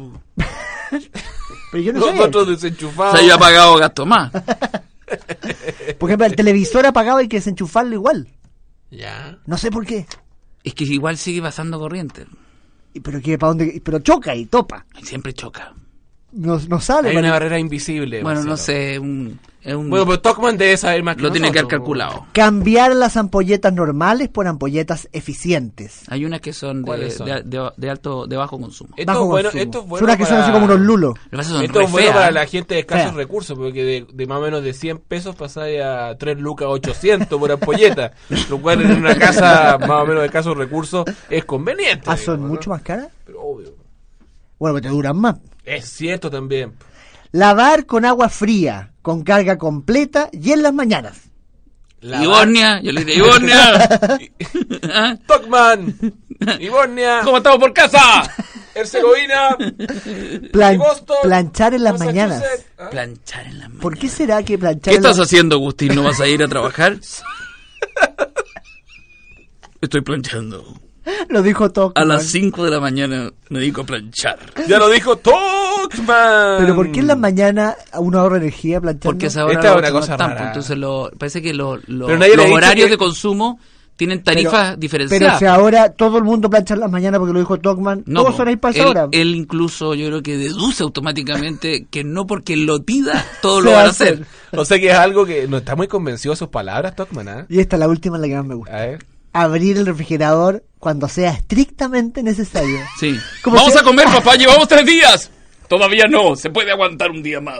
Speaker 3: Pero yo no sabía.
Speaker 2: Nosotros
Speaker 4: O
Speaker 2: desenchufados.
Speaker 4: sea, yo he pagado gasto más.
Speaker 3: Por ejemplo, el televisor apagado hay que desenchufarlo igual.
Speaker 2: Ya.
Speaker 3: No sé por qué.
Speaker 4: Es que igual sigue pasando corriente.
Speaker 3: Y- Pero que para dónde, pero choca y topa.
Speaker 4: Siempre choca.
Speaker 3: No, no sale.
Speaker 2: Hay
Speaker 3: Mario.
Speaker 2: una barrera invisible.
Speaker 4: Bueno,
Speaker 2: Marcelo.
Speaker 4: no sé, un- es un-
Speaker 2: Bueno, pero Stockman debe saber más que
Speaker 4: lo tiene que haber
Speaker 2: nosotros.
Speaker 4: calculado.
Speaker 3: Cambiar las ampolletas normales por ampolletas eficientes.
Speaker 4: Hay unas que son, de,
Speaker 2: ¿Cuáles son?
Speaker 4: de- de- de alto, de bajo consumo.
Speaker 2: Esto
Speaker 3: Bajo
Speaker 2: es bueno,
Speaker 3: consumo.
Speaker 2: esto es bueno
Speaker 3: son unas que
Speaker 2: para-
Speaker 3: son así como unos lulos.
Speaker 4: Lo que pasa es que son
Speaker 2: Esto
Speaker 4: re
Speaker 2: es bueno
Speaker 4: feas. ¿eh?
Speaker 2: para la gente de escasos
Speaker 3: Fea.
Speaker 2: recursos, porque de, de más o menos de 100 pesos pasáis a 3 lucas 800 por ampolleta, lo cual en una casa más o menos de escasos recursos es conveniente.
Speaker 3: Ah, son
Speaker 2: digamos, ¿no?
Speaker 3: mucho más caras.
Speaker 2: Pero obvio.
Speaker 3: Bueno, pero te duran más.
Speaker 2: Es cierto también.
Speaker 3: Lavar con agua fría, con carga completa y en las mañanas.
Speaker 2: La
Speaker 4: Ibornia, yo le dije, Ibornia, ¿Ah?
Speaker 2: Stockman, Ibornia,
Speaker 4: ¿cómo estamos por casa?
Speaker 2: Herzegovina,
Speaker 3: Plan-
Speaker 2: y Boston,
Speaker 3: planchar en las mañanas.
Speaker 2: Massachusetts. ¿Ah?
Speaker 4: Planchar en la mano.
Speaker 3: ¿Por qué será que planchar
Speaker 4: ¿Qué
Speaker 3: en la-
Speaker 4: estás haciendo, Agustín? ¿No vas a ir a trabajar? Estoy planchando.
Speaker 3: Lo dijo todo.
Speaker 4: A las 5 de la mañana me dedico a planchar.
Speaker 2: Ya lo dijo Stockman.
Speaker 3: Pero ¿por qué en las mañanas uno ahorra energía planchando?
Speaker 4: Porque esa hora
Speaker 2: Esta es
Speaker 4: los
Speaker 2: una
Speaker 4: autos no
Speaker 2: cosa
Speaker 4: están,
Speaker 2: rara.
Speaker 4: pues, Entonces lo- parece que lo- lo-
Speaker 2: Pero nadie le
Speaker 4: los
Speaker 2: ha dicho
Speaker 4: horarios
Speaker 2: que-
Speaker 4: de consumo tienen
Speaker 3: Pero-
Speaker 4: tarifas diferenciadas.
Speaker 3: Pero si ahora todo el mundo plancha en las mañanas porque lo dijo Togman,
Speaker 4: No,
Speaker 3: todos
Speaker 4: po.
Speaker 3: son ahí para
Speaker 4: él,
Speaker 3: esa hora.
Speaker 4: él incluso yo creo que deduce automáticamente que no porque lo pida todo
Speaker 3: Se
Speaker 4: lo
Speaker 3: va
Speaker 4: van a
Speaker 3: a hacer.
Speaker 4: hacer.
Speaker 2: O sea que es algo que no está muy convencido de sus palabras, Stockman. ¿ah?
Speaker 3: Y esta es la última, la que más me gusta.
Speaker 2: A ver.
Speaker 3: Abrir el refrigerador cuando sea estrictamente necesario.
Speaker 4: Sí.
Speaker 3: Como
Speaker 4: Vamos
Speaker 3: que-
Speaker 4: a comer, papá, llevamos tres días. Todavía no, se puede aguantar un día más.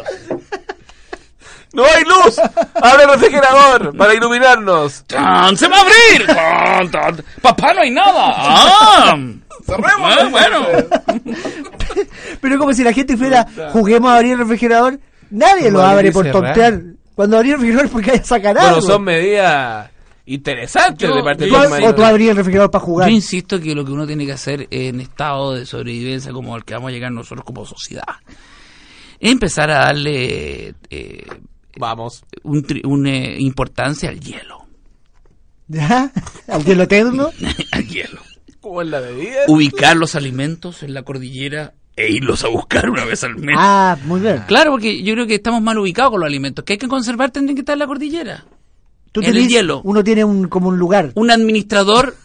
Speaker 2: ¡No hay luz! ¡Abre el refrigerador para iluminarnos!
Speaker 4: ¡Tan! ¡Se va a abrir! ¡Tan, tan! ¡Papá, no hay nada! ¡Ah! Ah, bueno.
Speaker 3: Pero como si la gente fuera, juguemos a abrir el refrigerador, nadie lo
Speaker 2: Como abrir
Speaker 3: abre
Speaker 2: y
Speaker 3: por
Speaker 2: cerrar.
Speaker 3: tontear. Cuando abrí el refrigerador es porque hay sacar
Speaker 2: Bueno,
Speaker 3: algo.
Speaker 2: son medidas interesantes
Speaker 4: Yo-
Speaker 2: de parte de
Speaker 3: Tú
Speaker 4: yo-
Speaker 2: los
Speaker 3: ab-
Speaker 4: marido.
Speaker 3: o tú abrí el refrigerador para
Speaker 4: Yo
Speaker 3: jugar.
Speaker 4: insisto que lo que uno tiene que hacer en estado de sobrevivencia como el que vamos a llegar nosotros como sociedad es empezar a darle eh,
Speaker 2: Vamos.
Speaker 4: un tri- una eh, importancia al hielo.
Speaker 3: ¿Ya? Al hielo eterno.
Speaker 4: al hielo.
Speaker 2: ¿Cómo es la medida?
Speaker 3: Uh.
Speaker 4: Ubicar los alimentos en la cordillera e irlos a buscar una vez al mes.
Speaker 3: Ah, muy bien.
Speaker 4: Claro, porque yo creo que estamos mal ubicados con los alimentos. Que hay que conservar tendrían que estar en la cordillera.
Speaker 3: Tú
Speaker 4: en el
Speaker 3: tenés-
Speaker 4: hielo.
Speaker 3: Uno tiene un, como un lugar.
Speaker 4: Un administrador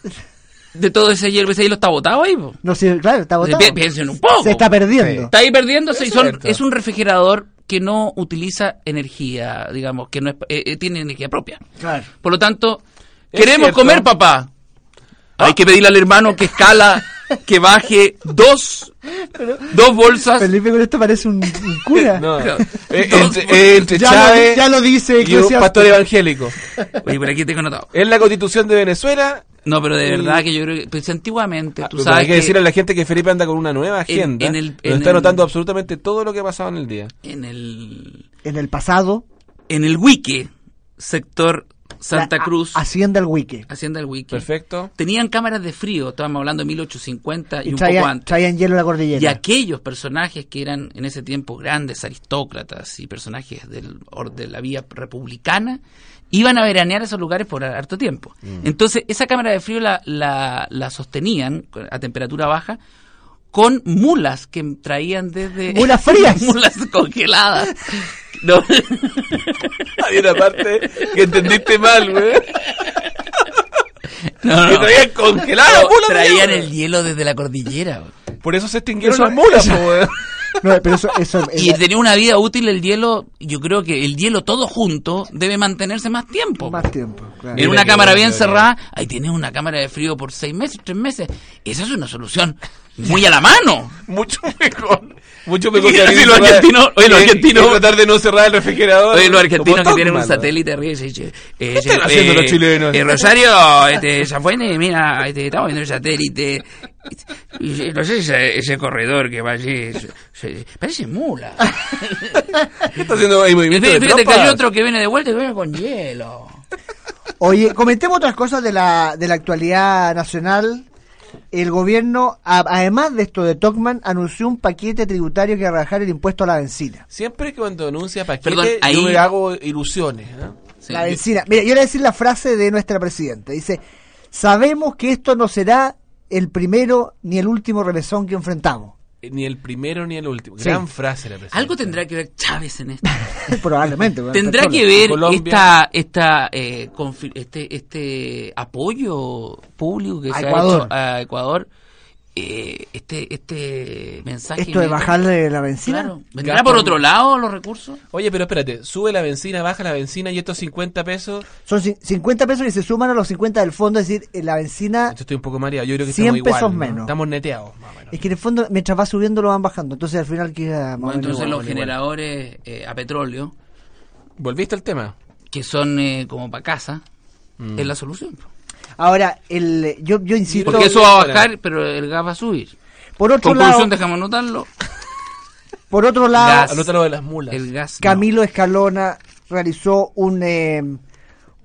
Speaker 4: de todo ese hielo, ese hielo está botado ahí. po.
Speaker 3: No sé, claro, está botado.
Speaker 4: Pi- piensen un poco.
Speaker 3: Se está perdiendo.
Speaker 4: Está ahí perdiéndose y
Speaker 2: Es
Speaker 4: son,
Speaker 2: cierto.
Speaker 4: es un refrigerador que no utiliza energía, digamos, que no es- eh, eh, tiene energía propia.
Speaker 3: Claro.
Speaker 4: Por lo tanto,
Speaker 2: Es
Speaker 4: queremos
Speaker 2: cierto.
Speaker 4: comer, papá. Hay que pedirle al hermano que escala, que baje dos, dos bolsas.
Speaker 3: Felipe con esto parece un, un cura.
Speaker 2: No. Eh,
Speaker 4: Entonces,
Speaker 2: entre entre
Speaker 3: ya,
Speaker 2: Chávez
Speaker 3: lo, ya lo dice
Speaker 2: y un
Speaker 3: Eclesiastes.
Speaker 2: pastor evangélico.
Speaker 4: Oye, por aquí tengo notado.
Speaker 2: Es la constitución de Venezuela.
Speaker 4: No, pero de
Speaker 2: El-
Speaker 4: verdad que yo creo que pues, antiguamente,
Speaker 2: Ah,
Speaker 4: tú
Speaker 2: pero
Speaker 4: sabes
Speaker 2: hay que,
Speaker 4: que
Speaker 2: decirle a la gente que Felipe anda con una nueva agenda.
Speaker 4: en el-
Speaker 2: donde
Speaker 4: en
Speaker 2: está
Speaker 4: el-
Speaker 2: anotando absolutamente todo lo que ha pasado en el día.
Speaker 4: en el
Speaker 3: En el pasado.
Speaker 4: en el wiki sector Santa
Speaker 3: la-
Speaker 4: Cruz,
Speaker 3: a- Hacienda el wiki.
Speaker 4: hacienda el wiki.
Speaker 2: Perfecto.
Speaker 4: Tenían cámaras de frío, estábamos hablando de 1850 Ah, y,
Speaker 3: Y
Speaker 4: un poco
Speaker 3: traían,
Speaker 4: antes.
Speaker 3: traían hielo a la cordillera.
Speaker 4: Y aquellos personajes que eran en ese tiempo grandes aristócratas y personajes del, or- de la vía republicana iban a veranear a esos lugares por harto tiempo.
Speaker 3: Mm.
Speaker 4: Entonces, esa cámara de frío la, la, la sostenían con- a temperatura baja con mulas que traían desde...
Speaker 3: Mulas frías.
Speaker 4: mulas congeladas. No.
Speaker 2: Hay una parte que entendiste mal, güey.
Speaker 4: No,
Speaker 2: Que
Speaker 4: no.
Speaker 2: traían congelado. mula,
Speaker 4: traían
Speaker 2: güey.
Speaker 4: el hielo desde la cordillera. güey.
Speaker 2: Por eso se extinguieron
Speaker 3: Eso-
Speaker 2: las mulas, po, güey.
Speaker 3: No, pero eso, eso es
Speaker 4: Y
Speaker 3: la-
Speaker 4: tenía una vida útil el hielo, yo creo que el hielo todo junto debe mantenerse más tiempo.
Speaker 3: más tiempo. claro.
Speaker 4: En
Speaker 2: Mira
Speaker 4: una
Speaker 2: qué
Speaker 4: cámara
Speaker 2: buena
Speaker 4: bien
Speaker 2: teoría.
Speaker 4: cerrada, ahí tienes una cámara de frío por seis meses, tres meses. Esa es una solución muy a la mano.
Speaker 2: Mucho mejor. Mucho mejor
Speaker 4: Mira,
Speaker 2: abrir
Speaker 4: si los
Speaker 2: cerrar-
Speaker 4: argentinos- oye, los
Speaker 2: que-
Speaker 4: argentinos-
Speaker 2: que eh, tratar de no cerrar el refrigerador.
Speaker 4: Oye, los argentinos
Speaker 2: Como
Speaker 4: que tienen un
Speaker 2: Stockman, güey.
Speaker 4: satélite arriba y se dice, eh,
Speaker 2: están
Speaker 4: eh,
Speaker 2: haciendo
Speaker 4: eh,
Speaker 2: los chilenos?
Speaker 4: eh, Rosario, este, Zafuene, mira, este, estamos viendo el satélite. Y- y No sé, ese, ese corredor que va allí, se- se- parece mula.
Speaker 2: ¿Qué está haciendo ahí movimiento
Speaker 4: Fíjate,
Speaker 2: de
Speaker 4: fíjate que
Speaker 2: tropas?
Speaker 4: hay otro que viene de vuelta y viene con hielo.
Speaker 3: Oye, comentemos otras cosas de la, de la actualidad nacional. El gobierno, a- además de esto de Tocman, anunció un paquete tributario que va a rebajar el impuesto a la bencina.
Speaker 2: Siempre que cuando anuncia paquete,
Speaker 4: Perdón, ahí-
Speaker 2: yo me hago ilusiones. ¿eh?
Speaker 4: Sí,
Speaker 3: la bencina. Mira, yo le voy a decir la frase de nuestra presidenta. Dice, sabemos que esto no será el primero ni el último remesón que enfrentamos.
Speaker 2: Eh, Ni el primero ni el último.
Speaker 3: Sí.
Speaker 2: Gran frase la presidenta.
Speaker 4: Algo tendrá que ver Chávez en esto.
Speaker 3: Probablemente. bueno,
Speaker 4: ¿Tendrá
Speaker 3: petróleo.
Speaker 4: que ver
Speaker 2: Colombia.
Speaker 4: esta, esta, eh, confi- este, este apoyo público que
Speaker 3: A
Speaker 4: se
Speaker 3: Ecuador.
Speaker 4: ha hecho a Ecuador eh, este, este mensaje.
Speaker 3: Esto de
Speaker 4: inédito.
Speaker 3: bajarle la benzina.
Speaker 4: Claro. ¿Vendrá
Speaker 2: Gasto.
Speaker 4: por otro lado los recursos?
Speaker 2: Oye, pero espérate, sube la benzina, baja la benzina y estos 50 pesos.
Speaker 3: Son ci- 50 pesos que se suman a los 50 del fondo, es decir, eh, la benzina
Speaker 2: Yo estoy un poco mareado, yo creo que
Speaker 3: 100
Speaker 2: estamos igual,
Speaker 3: pesos
Speaker 2: ¿no?
Speaker 3: menos.
Speaker 2: Estamos neteados, más o menos.
Speaker 4: Eh,
Speaker 3: es que en el fondo mientras va subiendo lo van bajando, entonces al final queda más o
Speaker 4: Bueno,
Speaker 3: menos
Speaker 4: entonces
Speaker 3: igual.
Speaker 4: los generadores eh, a petróleo,
Speaker 2: ¿Volviste al tema?
Speaker 4: que son eh, como para casa,
Speaker 3: Mm.
Speaker 4: es la solución. po.
Speaker 3: Ahora, el, yo, yo insisto,
Speaker 4: Porque eso va a
Speaker 2: Ahora.
Speaker 4: bajar, pero el gas va a subir.
Speaker 3: por otro lado,
Speaker 4: Conclusión, dejamos anotarlo.
Speaker 3: por otro lado,
Speaker 4: Gas.
Speaker 2: Anótalo de las mulas.
Speaker 4: El gas. no.
Speaker 3: Camilo Escalona realizó un, eh,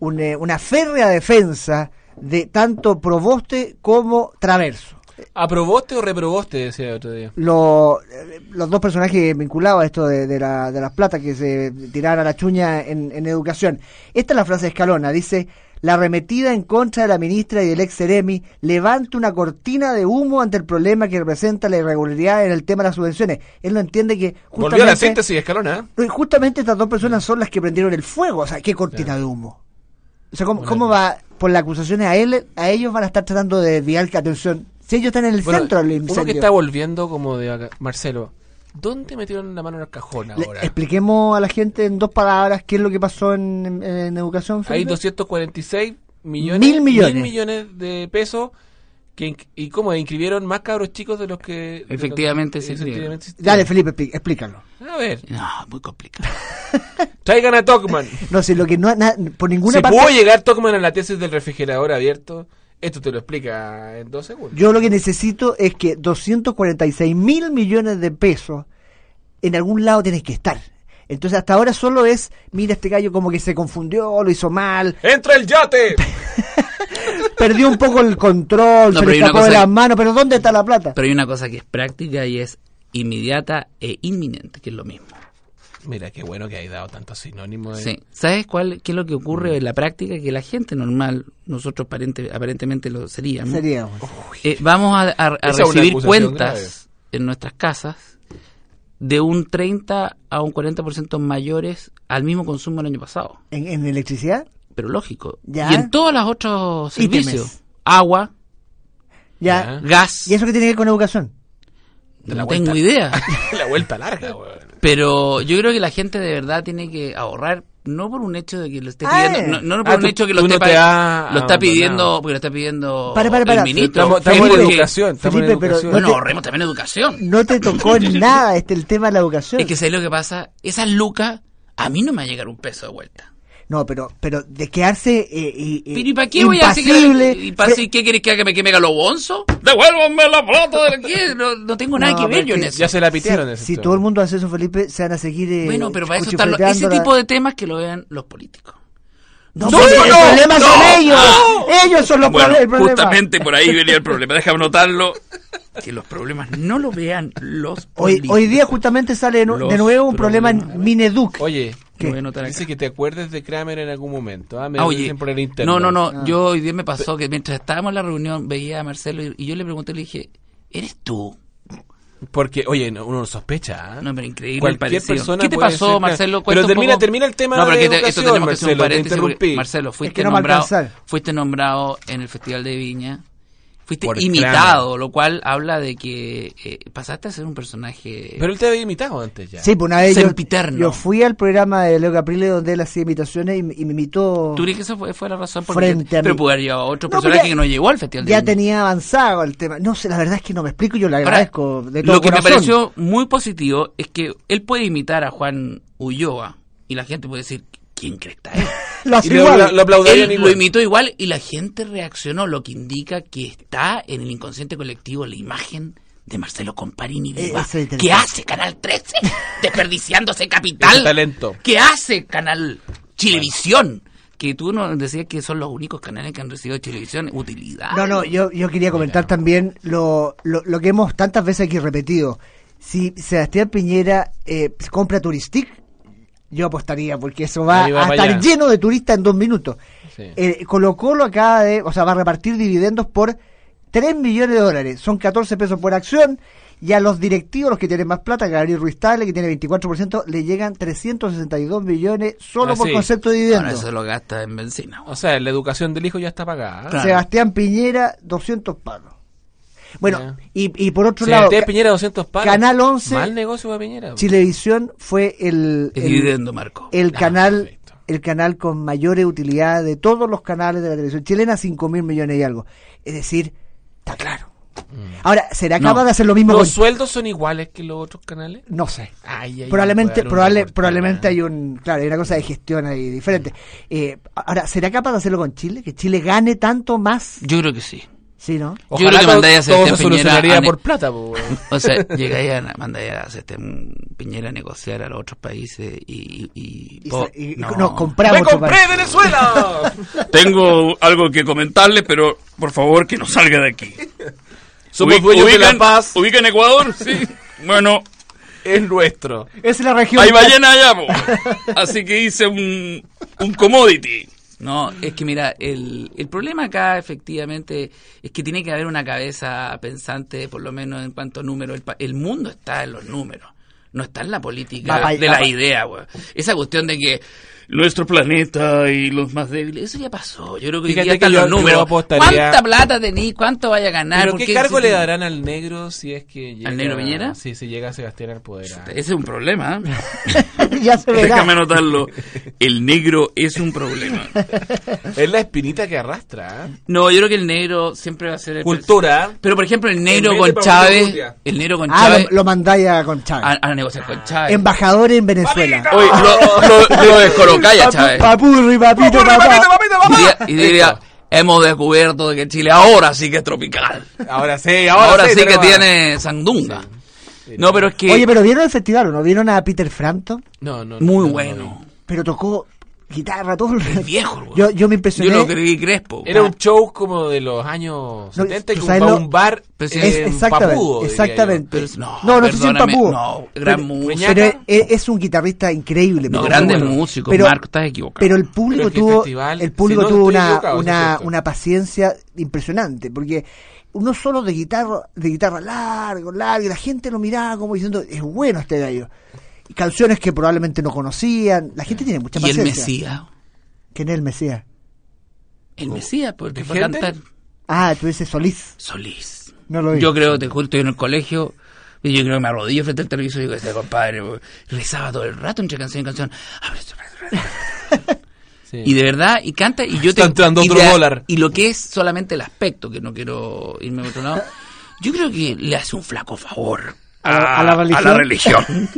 Speaker 3: un, eh, una férrea defensa de tanto Proboste como Traverso.
Speaker 2: ¿Aprobaste o reprobaste? Decía el otro día.
Speaker 3: Lo- eh, los dos personajes vinculados a esto de, de la- de las plata que se tiraron a la chuña en, en educación. Esta es la frase de Escalona, dice, la arremetida en contra de la ministra y del ex Ceremi levanta una cortina de humo ante el problema que representa la irregularidad en el tema de las subvenciones. Él no entiende que...
Speaker 2: Volvió a la
Speaker 3: justamente-
Speaker 2: síntesis, Escalona. ¿eh?
Speaker 3: no, y justamente estas dos personas son las que prendieron el fuego. O sea, qué cortina de humo. O sea, ¿cómo,
Speaker 2: Bueno,
Speaker 3: cómo va? Por las acusaciones a él, a ellos van a estar tratando de desviar la atención. Si ellos están en el
Speaker 2: Bueno,
Speaker 3: centro del
Speaker 2: uno que
Speaker 3: incendio.
Speaker 2: está volviendo como de acá. Marcelo, ¿dónde metieron la mano en el cajón
Speaker 3: Le-
Speaker 2: ahora?
Speaker 3: expliquemos a la gente en dos palabras qué es lo que pasó en, en- en educación.
Speaker 2: Hay
Speaker 3: Felipe.
Speaker 2: 246 millones,
Speaker 3: Mil millones.
Speaker 2: mil millones de pesos. Que, inc- ¿Y cómo? ¿Inscribieron más cabros chicos de los que... de los que
Speaker 4: Efectivamente se
Speaker 2: efectivamente se
Speaker 3: Dale, Felipe, expli- explícalo.
Speaker 2: A ver,
Speaker 4: No, muy complicado.
Speaker 2: traigan a Tocman.
Speaker 3: No sé, lo que no... na- por ninguna
Speaker 2: Si
Speaker 3: parte...
Speaker 2: pudo llegar Tocman a la tesis del refrigerador abierto, esto te lo explica en dos segundos.
Speaker 3: Yo lo que necesito es que 246 mil millones de pesos en algún lado tienen que estar. Entonces hasta ahora solo es, mira este gallo como que se confundió, lo hizo mal,
Speaker 2: ¡Entra el yate!
Speaker 3: perdió un poco el control,
Speaker 4: No,
Speaker 3: se
Speaker 4: pero
Speaker 3: le
Speaker 4: hay una
Speaker 3: escapó de
Speaker 4: cosa
Speaker 3: las
Speaker 4: que-
Speaker 3: manos, pero ¿dónde está la plata?
Speaker 4: Pero hay una cosa que es práctica y es inmediata e inminente, que es lo mismo.
Speaker 2: Mira, qué bueno que hay dado tantos sinónimos. de-
Speaker 4: Sí. ¿Sabes cuál, qué es lo que ocurre en la práctica? Que la gente normal, nosotros aparente- aparentemente lo seríamos,
Speaker 3: Sería pues,
Speaker 4: eh, vamos a, a- a
Speaker 2: Esa es una
Speaker 4: recibir
Speaker 2: acusación
Speaker 4: cuentas en nuestras casas de un 30 a un 40% mayores al mismo consumo del año pasado.
Speaker 3: en, en electricidad,
Speaker 4: Pero lógico.
Speaker 3: Ya.
Speaker 4: Y en todos los otros
Speaker 3: Ítemes.
Speaker 4: servicios. Agua,
Speaker 3: ya.
Speaker 4: gas.
Speaker 3: ¿Y eso qué tiene que ver con educación?
Speaker 2: De la
Speaker 4: no
Speaker 2: vuelta.
Speaker 4: tengo idea.
Speaker 2: la vuelta larga, weón.
Speaker 4: Pero yo creo que la gente de verdad tiene que ahorrar, no por un hecho de que lo esté
Speaker 3: Ah,
Speaker 4: pidiendo,
Speaker 3: eh.
Speaker 4: no, no por
Speaker 2: Ah,
Speaker 4: un
Speaker 2: tú-
Speaker 4: hecho que lo
Speaker 2: tú
Speaker 4: esté
Speaker 2: no
Speaker 4: pa-
Speaker 2: te has
Speaker 4: lo está
Speaker 2: abandonado.
Speaker 4: pidiendo, porque lo está pidiendo
Speaker 3: Para, para, para.
Speaker 4: el ministro.
Speaker 2: Estamos, estamos
Speaker 4: Es
Speaker 2: en
Speaker 4: porque-
Speaker 2: educación. Estamos en
Speaker 3: Felipe, pero
Speaker 2: educación.
Speaker 3: no
Speaker 4: Bueno, ahorremos también educación.
Speaker 3: No te tocó en nada este el tema de la educación.
Speaker 4: Es que ¿sabes lo que pasa? Esas lucas, a mí no me va a llegar un peso de vuelta.
Speaker 3: No, pero pero de quedarse eh, eh, eh,
Speaker 4: Pero ¿y para qué voy a hacer
Speaker 3: impasible,
Speaker 4: que- ¿Y para
Speaker 3: fre-
Speaker 4: qué quieres que haga que me haga los bonzos? ¡Devuélvanme la plata del que no, no tengo nada
Speaker 3: No,
Speaker 4: que ver
Speaker 3: pero
Speaker 4: yo en
Speaker 3: que-
Speaker 4: eso.
Speaker 2: Ya se la pitearon.
Speaker 3: Si,
Speaker 2: ese
Speaker 3: si
Speaker 2: tema.
Speaker 3: todo el mundo hace eso, Felipe, se van a seguir. eh,
Speaker 4: Bueno, pero para eso están los- ese
Speaker 3: cuchifleteando la-
Speaker 4: tipo de temas que lo vean los políticos.
Speaker 3: No,
Speaker 4: ¡No,
Speaker 3: pero el
Speaker 4: no,
Speaker 3: problema son
Speaker 4: no,
Speaker 3: ellos.
Speaker 4: no!
Speaker 3: Ellos son los
Speaker 4: Bueno,
Speaker 3: proble- el problema.
Speaker 4: justamente por ahí venía el problema. Déjame notarlo. Que los problemas no lo vean los
Speaker 3: Hoy,
Speaker 4: políticos.
Speaker 3: hoy día justamente sale de nu-
Speaker 4: Los
Speaker 3: de nuevo un problema en
Speaker 4: problemas.
Speaker 3: Mineduc.
Speaker 2: Oye,
Speaker 4: Lo voy a anotar acá.
Speaker 2: dice que te acuerdes de Kramer en algún momento. Ah, me
Speaker 4: Ah,
Speaker 2: lo
Speaker 4: oye,
Speaker 2: dicen por el internet.
Speaker 4: no, no, no.
Speaker 3: Ah.
Speaker 4: Yo hoy día me pasó que mientras estábamos en la reunión veía a Marcelo y, y yo le pregunté, le dije, ¿eres tú?
Speaker 2: Porque, oye, no, uno lo sospecha. ¿ah?
Speaker 4: No, pero increíble.
Speaker 2: Cualquier
Speaker 4: parecido.
Speaker 2: persona
Speaker 4: ¿Qué te
Speaker 2: puede
Speaker 4: pasó,
Speaker 2: ser-
Speaker 4: Marcelo?
Speaker 2: Pero
Speaker 4: Cuenta un
Speaker 2: termina-
Speaker 4: poco.
Speaker 2: termina el tema de
Speaker 4: que te-
Speaker 2: educación,
Speaker 4: tenemos que hacer un
Speaker 2: Marcelo, te
Speaker 4: paréntesis porque,
Speaker 2: interrumpí.
Speaker 4: Marcelo, fuiste,
Speaker 3: que no me
Speaker 4: nombrado,
Speaker 3: alcanzar.
Speaker 4: fuiste nombrado en el Festival de Viña. Fuiste
Speaker 2: Por
Speaker 4: imitado, lo cual habla de que eh, pasaste a ser un personaje...
Speaker 2: Pero él te había imitado antes ya.
Speaker 3: Sí, pues una vez yo,
Speaker 4: Sempiterno.
Speaker 3: yo fui al programa de Leo Caprile donde él hacía imitaciones y, y me imitó.
Speaker 4: ¿Tú crees que esa fue, fue la razón? Porque
Speaker 3: Frente a
Speaker 4: pero
Speaker 3: mí.
Speaker 4: pudo haber llevado a otro
Speaker 3: No,
Speaker 4: personaje
Speaker 3: pero ya-
Speaker 4: que no llegó al Festival de
Speaker 3: Ya
Speaker 4: Viña.
Speaker 3: tenía avanzado el tema. No sé, la verdad es que no me explico, yo le
Speaker 4: Ahora,
Speaker 3: agradezco de todo
Speaker 4: lo que
Speaker 3: corazón.
Speaker 4: me pareció muy positivo es que él puede imitar a Juan Ulloa y la gente puede decir, ¿quién crees que está él?
Speaker 3: Lo
Speaker 2: Y
Speaker 3: hace
Speaker 2: le-
Speaker 3: igual.
Speaker 2: lo, lo aplaudirían
Speaker 4: Él lo
Speaker 2: igual.
Speaker 4: imitó igual y la gente reaccionó, lo que indica que está en el inconsciente colectivo la imagen de Marcelo Comparini
Speaker 3: Eh,
Speaker 4: Viva.
Speaker 3: eso es interesante.
Speaker 4: ¿Qué hace Canal 13? Desperdiciándose
Speaker 2: Ese
Speaker 4: capital.
Speaker 2: talento.
Speaker 4: ¿Qué hace Canal Chilevisión? Que tú nos decías que son los únicos canales que han recibido Chilevisión utilidad.
Speaker 3: No, no, yo, yo quería comentar también lo, lo, lo que hemos tantas veces aquí repetido. Si Sebastián Piñera eh, compra Turistic, yo apostaría, porque eso va
Speaker 2: Ahí va
Speaker 3: a
Speaker 2: pa'
Speaker 3: estar
Speaker 2: allá.
Speaker 3: lleno de turistas en dos minutos.
Speaker 2: Sí.
Speaker 3: Eh, Colo Colo acaba de, o sea, va a repartir dividendos por 3 millones de dólares, son 14 pesos por acción. Y a los directivos, los que tienen más plata, Gabriel Ruiz Tagle, que tiene 24%, le llegan 362 millones solo
Speaker 2: Ah,
Speaker 3: por
Speaker 2: sí.
Speaker 3: concepto de
Speaker 4: Ahora
Speaker 3: dividendos.
Speaker 4: eso lo gasta en benzina.
Speaker 2: O sea, la educación del hijo ya está pagada. ¿ah?
Speaker 4: Claro.
Speaker 3: Sebastián Piñera, 200 palos. Bueno,
Speaker 2: Ya.
Speaker 3: y, y por otro
Speaker 2: Se
Speaker 3: lado,
Speaker 2: metía
Speaker 3: ca-
Speaker 2: Piñera 200 palos.
Speaker 3: Canal 11.
Speaker 2: Mal negocio para Piñera.
Speaker 3: Chilevisión fue el, el,
Speaker 4: El, dividendo, Marco.
Speaker 3: el
Speaker 2: Ah,
Speaker 3: canal
Speaker 2: perfecto.
Speaker 3: el canal con mayor utilidad de todos los canales de la televisión chilena, 5 mil millones y algo. Es decir, está claro.
Speaker 2: Mm.
Speaker 3: Ahora, ¿será
Speaker 4: No.
Speaker 3: capaz de hacer lo mismo
Speaker 2: ¿Los
Speaker 3: con-
Speaker 2: sueldos son iguales que los otros canales?
Speaker 3: No sé.
Speaker 2: Ay, ay,
Speaker 3: probablemente
Speaker 2: puede haber un
Speaker 3: probable,
Speaker 2: recorte,
Speaker 3: probablemente
Speaker 2: ¿eh? Mm.
Speaker 3: hay un claro hay una cosa de gestión ahí diferente Eh, ahora será capaz de hacerlo con Chile que Chile gane tanto más
Speaker 4: Yo creo que sí.
Speaker 3: sí no
Speaker 4: Yo creo que
Speaker 2: todo-
Speaker 4: mandáis a
Speaker 2: todo se
Speaker 4: Sebastián Piñera
Speaker 2: solucionaría
Speaker 4: a ne-
Speaker 2: por plata, po, weón.
Speaker 4: O sea, llegáis a mandáis a este, mm, Piñera a negociar a los otros países y. y,
Speaker 3: y,
Speaker 4: po-
Speaker 3: sa- y- y-
Speaker 4: no.
Speaker 3: no, compramos
Speaker 2: ¡Me
Speaker 3: otro
Speaker 2: compré
Speaker 3: país.
Speaker 2: Venezuela!
Speaker 4: Tengo algo que comentarles, pero por favor que no salga de aquí.
Speaker 2: Somos
Speaker 4: Ubi-
Speaker 2: dueños de la
Speaker 4: ubican-
Speaker 2: paz,
Speaker 4: ¿Ubican Ecuador? Sí. Bueno,
Speaker 2: es nuestro.
Speaker 3: es la región
Speaker 4: hay ballena allá, po. Así que hice un, un commodity. No, es que mira, el, el problema acá efectivamente es que tiene que haber una cabeza pensante, por lo menos en cuanto a números. El, pa- el mundo está en los números, no está en la política
Speaker 3: Va pa-
Speaker 4: de
Speaker 3: va
Speaker 4: la
Speaker 3: pa-
Speaker 4: idea. weón. Esa cuestión de que nuestro planeta y los más débiles, eso ya pasó. Yo creo que hoy
Speaker 2: Fíjate
Speaker 4: día están
Speaker 2: que yo-
Speaker 4: los
Speaker 2: yo
Speaker 4: números.
Speaker 2: apostaría-
Speaker 4: ¿Cuánta plata tenéis? ¿Cuánto vaya a ganar?
Speaker 2: ¿Pero
Speaker 4: ¿Por
Speaker 2: qué
Speaker 4: qué
Speaker 2: cargo
Speaker 4: se-
Speaker 2: le darán al negro si es que llega...
Speaker 4: negro Piñera?
Speaker 2: Sí, si llega Sebastián al poder. ah.
Speaker 4: Ese es un problema. ¿eh?
Speaker 3: ya se verá
Speaker 4: Déjame anotarlo. El negro es un problema.
Speaker 2: Es la espinita que arrastra. ¿eh?
Speaker 4: No, yo creo que el negro siempre va a ser el
Speaker 2: Cultura.
Speaker 4: Pero por ejemplo, el negro
Speaker 2: En vez de Pablito
Speaker 4: con Chávez,
Speaker 2: Urrutia.
Speaker 4: el negro con
Speaker 3: ah
Speaker 4: Chávez
Speaker 3: lo, lo mandáis a- con Chávez
Speaker 4: a, a negociar con Chávez.
Speaker 3: embajador en Venezuela
Speaker 4: Oye, lo, lo, lo descolocáis a Chávez.
Speaker 3: papurri papito
Speaker 2: ¡Papito,
Speaker 3: papá
Speaker 2: papito, papito, papá!
Speaker 4: Y diría, y diría, hemos descubierto que Chile ahora sí que es tropical.
Speaker 2: Ahora sí, ahora,
Speaker 4: Ahora, sí, que
Speaker 2: tenemos-
Speaker 4: tiene sandunga. No, pero es que
Speaker 3: oye pero vieron el festival o no vieron a Peter Frampton
Speaker 2: No, no, no,
Speaker 4: muy
Speaker 2: no, no,
Speaker 4: bueno.
Speaker 3: pero tocó guitarra todo el rato.
Speaker 4: Viejo, güey.
Speaker 3: yo, yo me
Speaker 4: Yo
Speaker 3: impresioné
Speaker 4: lo creí Crespo.
Speaker 2: Era un show como de los años
Speaker 3: No,
Speaker 2: 70 que un,
Speaker 3: tú sabes
Speaker 2: ba-
Speaker 3: lo-
Speaker 2: un bar
Speaker 4: Pues sí.
Speaker 2: eh,
Speaker 3: Es-
Speaker 2: en
Speaker 3: exactamente,
Speaker 2: Papúo, diría yo.
Speaker 3: exactamente.
Speaker 4: Pero es- no,
Speaker 3: No, no sé si en
Speaker 4: perdóname,
Speaker 3: Papúa.
Speaker 4: No, gran
Speaker 3: Pero-
Speaker 4: músico.
Speaker 3: Pero es, es un guitarrista increíble.
Speaker 4: No,
Speaker 3: pero-
Speaker 4: grandes
Speaker 3: pero-
Speaker 4: músicos,
Speaker 3: pero-
Speaker 4: Marco, estás equivocado.
Speaker 3: Pero el
Speaker 2: Pero
Speaker 3: público
Speaker 2: es que el
Speaker 3: tuvo,
Speaker 2: festival-
Speaker 3: el público
Speaker 2: si no, no
Speaker 3: tuvo
Speaker 2: estoy
Speaker 3: una,
Speaker 2: equivocado, eso es
Speaker 3: una,
Speaker 2: cierto.
Speaker 3: una paciencia impresionante, porque uno solo de guitarra, de guitarra largo, largo, y la gente lo miraba como diciendo, es bueno este gallo. Y canciones que probablemente no conocían, la gente tiene mucha
Speaker 4: Y el
Speaker 3: paciencia.
Speaker 4: Mesías.
Speaker 3: ¿Quién es el Mesías?
Speaker 4: El Mesías, porque fue a
Speaker 2: ¿Gente?
Speaker 4: cantar
Speaker 3: Ah, tú dices Solís,
Speaker 4: Solís.
Speaker 3: no lo vi.
Speaker 4: Yo creo, te juro, estoy en el colegio. Y yo creo que me arrodillo frente al televisor y digo, este compadre bo-". rezaba todo el rato entre canción y canción.
Speaker 2: Sí.
Speaker 4: Y de verdad, y canta, y yo te.
Speaker 2: Está entrando
Speaker 4: y
Speaker 2: otro
Speaker 4: te-
Speaker 2: dólar.
Speaker 4: Y lo que es solamente el aspecto, que no quiero irme a otro lado. Yo creo que le hace un flaco favor
Speaker 3: A la- a la religión.
Speaker 4: religión.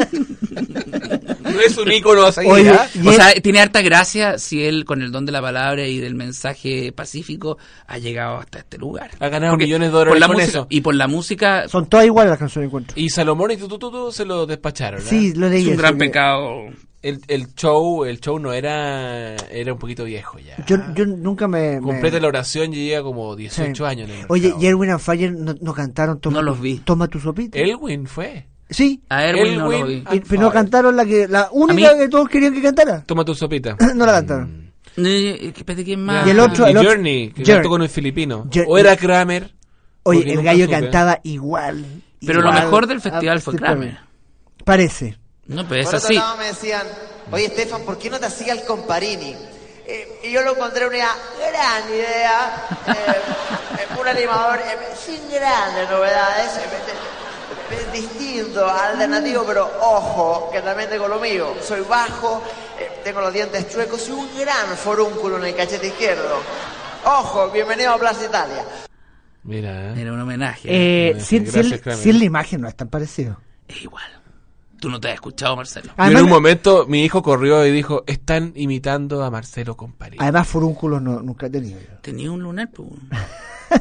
Speaker 2: No es un ícono a seguir,
Speaker 3: Oye,
Speaker 2: ¿ah?
Speaker 3: y
Speaker 4: o
Speaker 3: es-
Speaker 4: sea, tiene harta gracia si él, con el don de la palabra y del mensaje pacífico, ha llegado hasta este lugar.
Speaker 2: Ha ganado
Speaker 4: Porque
Speaker 2: millones de
Speaker 4: por
Speaker 2: dólares
Speaker 4: la
Speaker 2: con
Speaker 4: música-
Speaker 2: eso.
Speaker 4: Y por la música,
Speaker 3: son todas iguales las canciones encuentro.
Speaker 2: Y Salomón y Tututu se lo despacharon. ¿ah?
Speaker 3: Sí, lo leí.
Speaker 4: es un
Speaker 3: eso,
Speaker 4: gran
Speaker 3: que-
Speaker 4: pecado.
Speaker 2: El, el show, el show no era, era un poquito viejo ya.
Speaker 3: Yo, yo nunca me... me-
Speaker 2: Completa la oración y llega como 18
Speaker 3: Sí.
Speaker 2: años. en el
Speaker 3: Oye,
Speaker 2: mercado.
Speaker 3: y Erwin and Fire no, no cantaron Toma,
Speaker 4: No
Speaker 3: tu-
Speaker 4: los vi.
Speaker 3: Toma tu sopita.
Speaker 2: Elwin fue.
Speaker 3: Sí,
Speaker 4: A Erwin no lo vi.
Speaker 2: Elwin-
Speaker 3: y-
Speaker 2: and
Speaker 3: pero no
Speaker 2: Fire.
Speaker 3: cantaron la que la única
Speaker 4: mí-
Speaker 3: que todos querían que cantara.
Speaker 2: Toma tu sopita.
Speaker 3: no la cantaron.
Speaker 4: Eh, espérate, ¿quién más?
Speaker 3: Y el otro-
Speaker 2: Y
Speaker 3: el otro-
Speaker 2: Journey, que
Speaker 3: Journey.
Speaker 2: cantó con el filipino.
Speaker 3: Journey.
Speaker 2: O era Kramer.
Speaker 3: Oye,
Speaker 2: porque
Speaker 3: el
Speaker 2: nunca
Speaker 3: gallo
Speaker 2: supe.
Speaker 3: cantaba igual.
Speaker 4: Pero lo
Speaker 3: igual
Speaker 4: mejor del
Speaker 3: a-
Speaker 4: festival fue
Speaker 3: sí,
Speaker 4: Kramer.
Speaker 3: Parece.
Speaker 4: No, pero es
Speaker 5: Por otro
Speaker 4: así.
Speaker 5: lado me decían, oye Estefan, ¿por qué no te hacía el comparini? Eh, y yo lo encontré una gran idea, eh, eh, un animador eh, sin grandes novedades, eh, eh, eh, distinto, alternativo, pero ojo, que también tengo lo mío. Soy bajo, eh, tengo los dientes chuecos y un gran forúnculo en el cachete izquierdo. Ojo, bienvenido a Plaza Italia.
Speaker 2: Mira, ¿eh?
Speaker 4: Era un homenaje.
Speaker 3: Eh,
Speaker 2: gracias,
Speaker 3: si, si
Speaker 2: gracias,
Speaker 3: el-
Speaker 2: Kramer.
Speaker 3: si en la imagen no es tan parecido.
Speaker 4: Es igual. Tú no te has escuchado, Marcelo.
Speaker 2: Yo en
Speaker 3: Además,
Speaker 2: un momento mi hijo corrió y dijo, están imitando a Marcelo Compari.
Speaker 3: además forúnculos no, nunca he tenido. yo.
Speaker 4: Tenía un lunar, pues.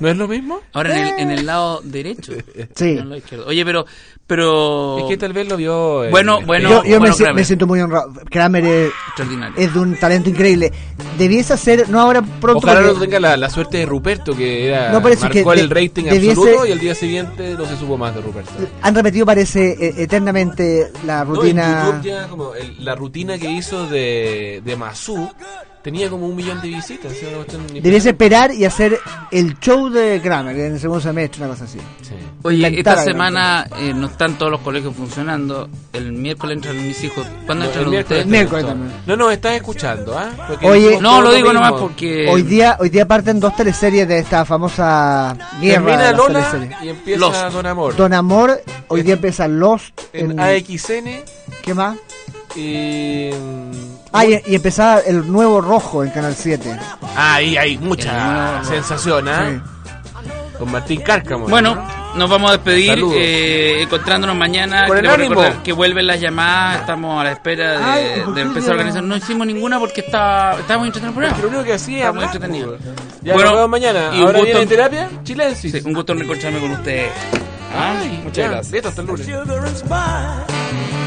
Speaker 2: ¿No es lo mismo?
Speaker 4: Ahora en el, en el lado derecho.
Speaker 3: Sí.
Speaker 4: No en el lado izquierdo. Oye, pero. pero
Speaker 2: Es que tal vez lo vio... el
Speaker 4: Bueno,
Speaker 2: espejo.
Speaker 4: bueno.
Speaker 3: yo yo me,
Speaker 4: bueno,
Speaker 3: si- me
Speaker 4: Kramer.
Speaker 3: siento muy honrado. Kramer es,
Speaker 4: Extraordinario.
Speaker 3: es de un talento increíble. Debiese ser, no ahora pronto.
Speaker 2: Ojalá
Speaker 3: porque-
Speaker 2: no tenga la, la suerte de Ruperto, que era
Speaker 3: No, pero es
Speaker 2: marcó
Speaker 3: que
Speaker 2: el
Speaker 3: de-
Speaker 2: rating
Speaker 3: debiese-
Speaker 2: absoluto y el día siguiente no se supo más de Ruperto.
Speaker 3: Han repetido, parece, e- eternamente la
Speaker 2: No, en
Speaker 3: rutina.
Speaker 2: YouTube ya como el- la rutina que hizo de, de Mazú Tenía como un millón de visitas. ¿sí? Una cuestión ni-
Speaker 3: Debías esperar y hacer el show de Kramer en el segundo semestre, una cosa así.
Speaker 2: Sí.
Speaker 4: Oye,
Speaker 3: Cantar
Speaker 4: esta
Speaker 3: algo.
Speaker 4: semana eh, no están todos los colegios funcionando. El miércoles entran mis hijos. ¿Cuándo
Speaker 2: El
Speaker 4: entran los de
Speaker 2: miércoles,
Speaker 4: ustedes?
Speaker 3: El miércoles
Speaker 2: todo.
Speaker 3: también.
Speaker 2: No nos estás escuchando, ¿ah? Porque
Speaker 3: Oye-
Speaker 2: decimos
Speaker 4: No,
Speaker 2: todo
Speaker 4: lo digo
Speaker 2: mismo.
Speaker 4: nomás porque
Speaker 3: Hoy día hoy día parten dos teleseries de esta famosa guerra. de
Speaker 2: Termina
Speaker 3: las
Speaker 2: Lola
Speaker 3: teleseries.
Speaker 2: y empieza
Speaker 4: Lost.
Speaker 2: Don Amor.
Speaker 3: Don Amor, hoy día empieza Lost.
Speaker 2: en
Speaker 3: En,
Speaker 2: AXN
Speaker 3: ¿Qué más?
Speaker 2: y.
Speaker 3: Ah, y, y empezaba el nuevo rojo en Canal 7.
Speaker 2: Ahí hay mucha
Speaker 4: Ah.
Speaker 2: sensación, ¿ah? Con Martín Cárcamo.
Speaker 4: Bueno,
Speaker 2: ¿no?
Speaker 4: nos vamos a despedir
Speaker 2: Saludos.
Speaker 4: eh, encontrándonos mañana.
Speaker 2: Con el
Speaker 4: Queremos
Speaker 2: ánimo.
Speaker 4: recordar que vuelven las llamadas. Estamos a la espera de,
Speaker 3: Ay, ¿por
Speaker 4: de
Speaker 3: qué
Speaker 4: empezar a
Speaker 3: no?
Speaker 4: organizar. No hicimos ninguna porque estaba, estábamos entretenidos en
Speaker 2: Porque
Speaker 4: el
Speaker 2: lo
Speaker 4: programa.
Speaker 2: único que hacía
Speaker 4: Está muy
Speaker 2: hablar,
Speaker 4: entretenido.
Speaker 2: pues. Ya
Speaker 4: Bueno,
Speaker 2: nos vemos mañana.
Speaker 4: y un
Speaker 2: Ahora
Speaker 4: gusto-
Speaker 2: viene terapia chilensis.
Speaker 4: Sí, un gusto reencontrarme con ustedes. Ah,
Speaker 2: Ay,
Speaker 4: muchas
Speaker 2: ya,
Speaker 4: gracias.
Speaker 2: Listo, hasta el lunes.
Speaker 1: Sugar and spice.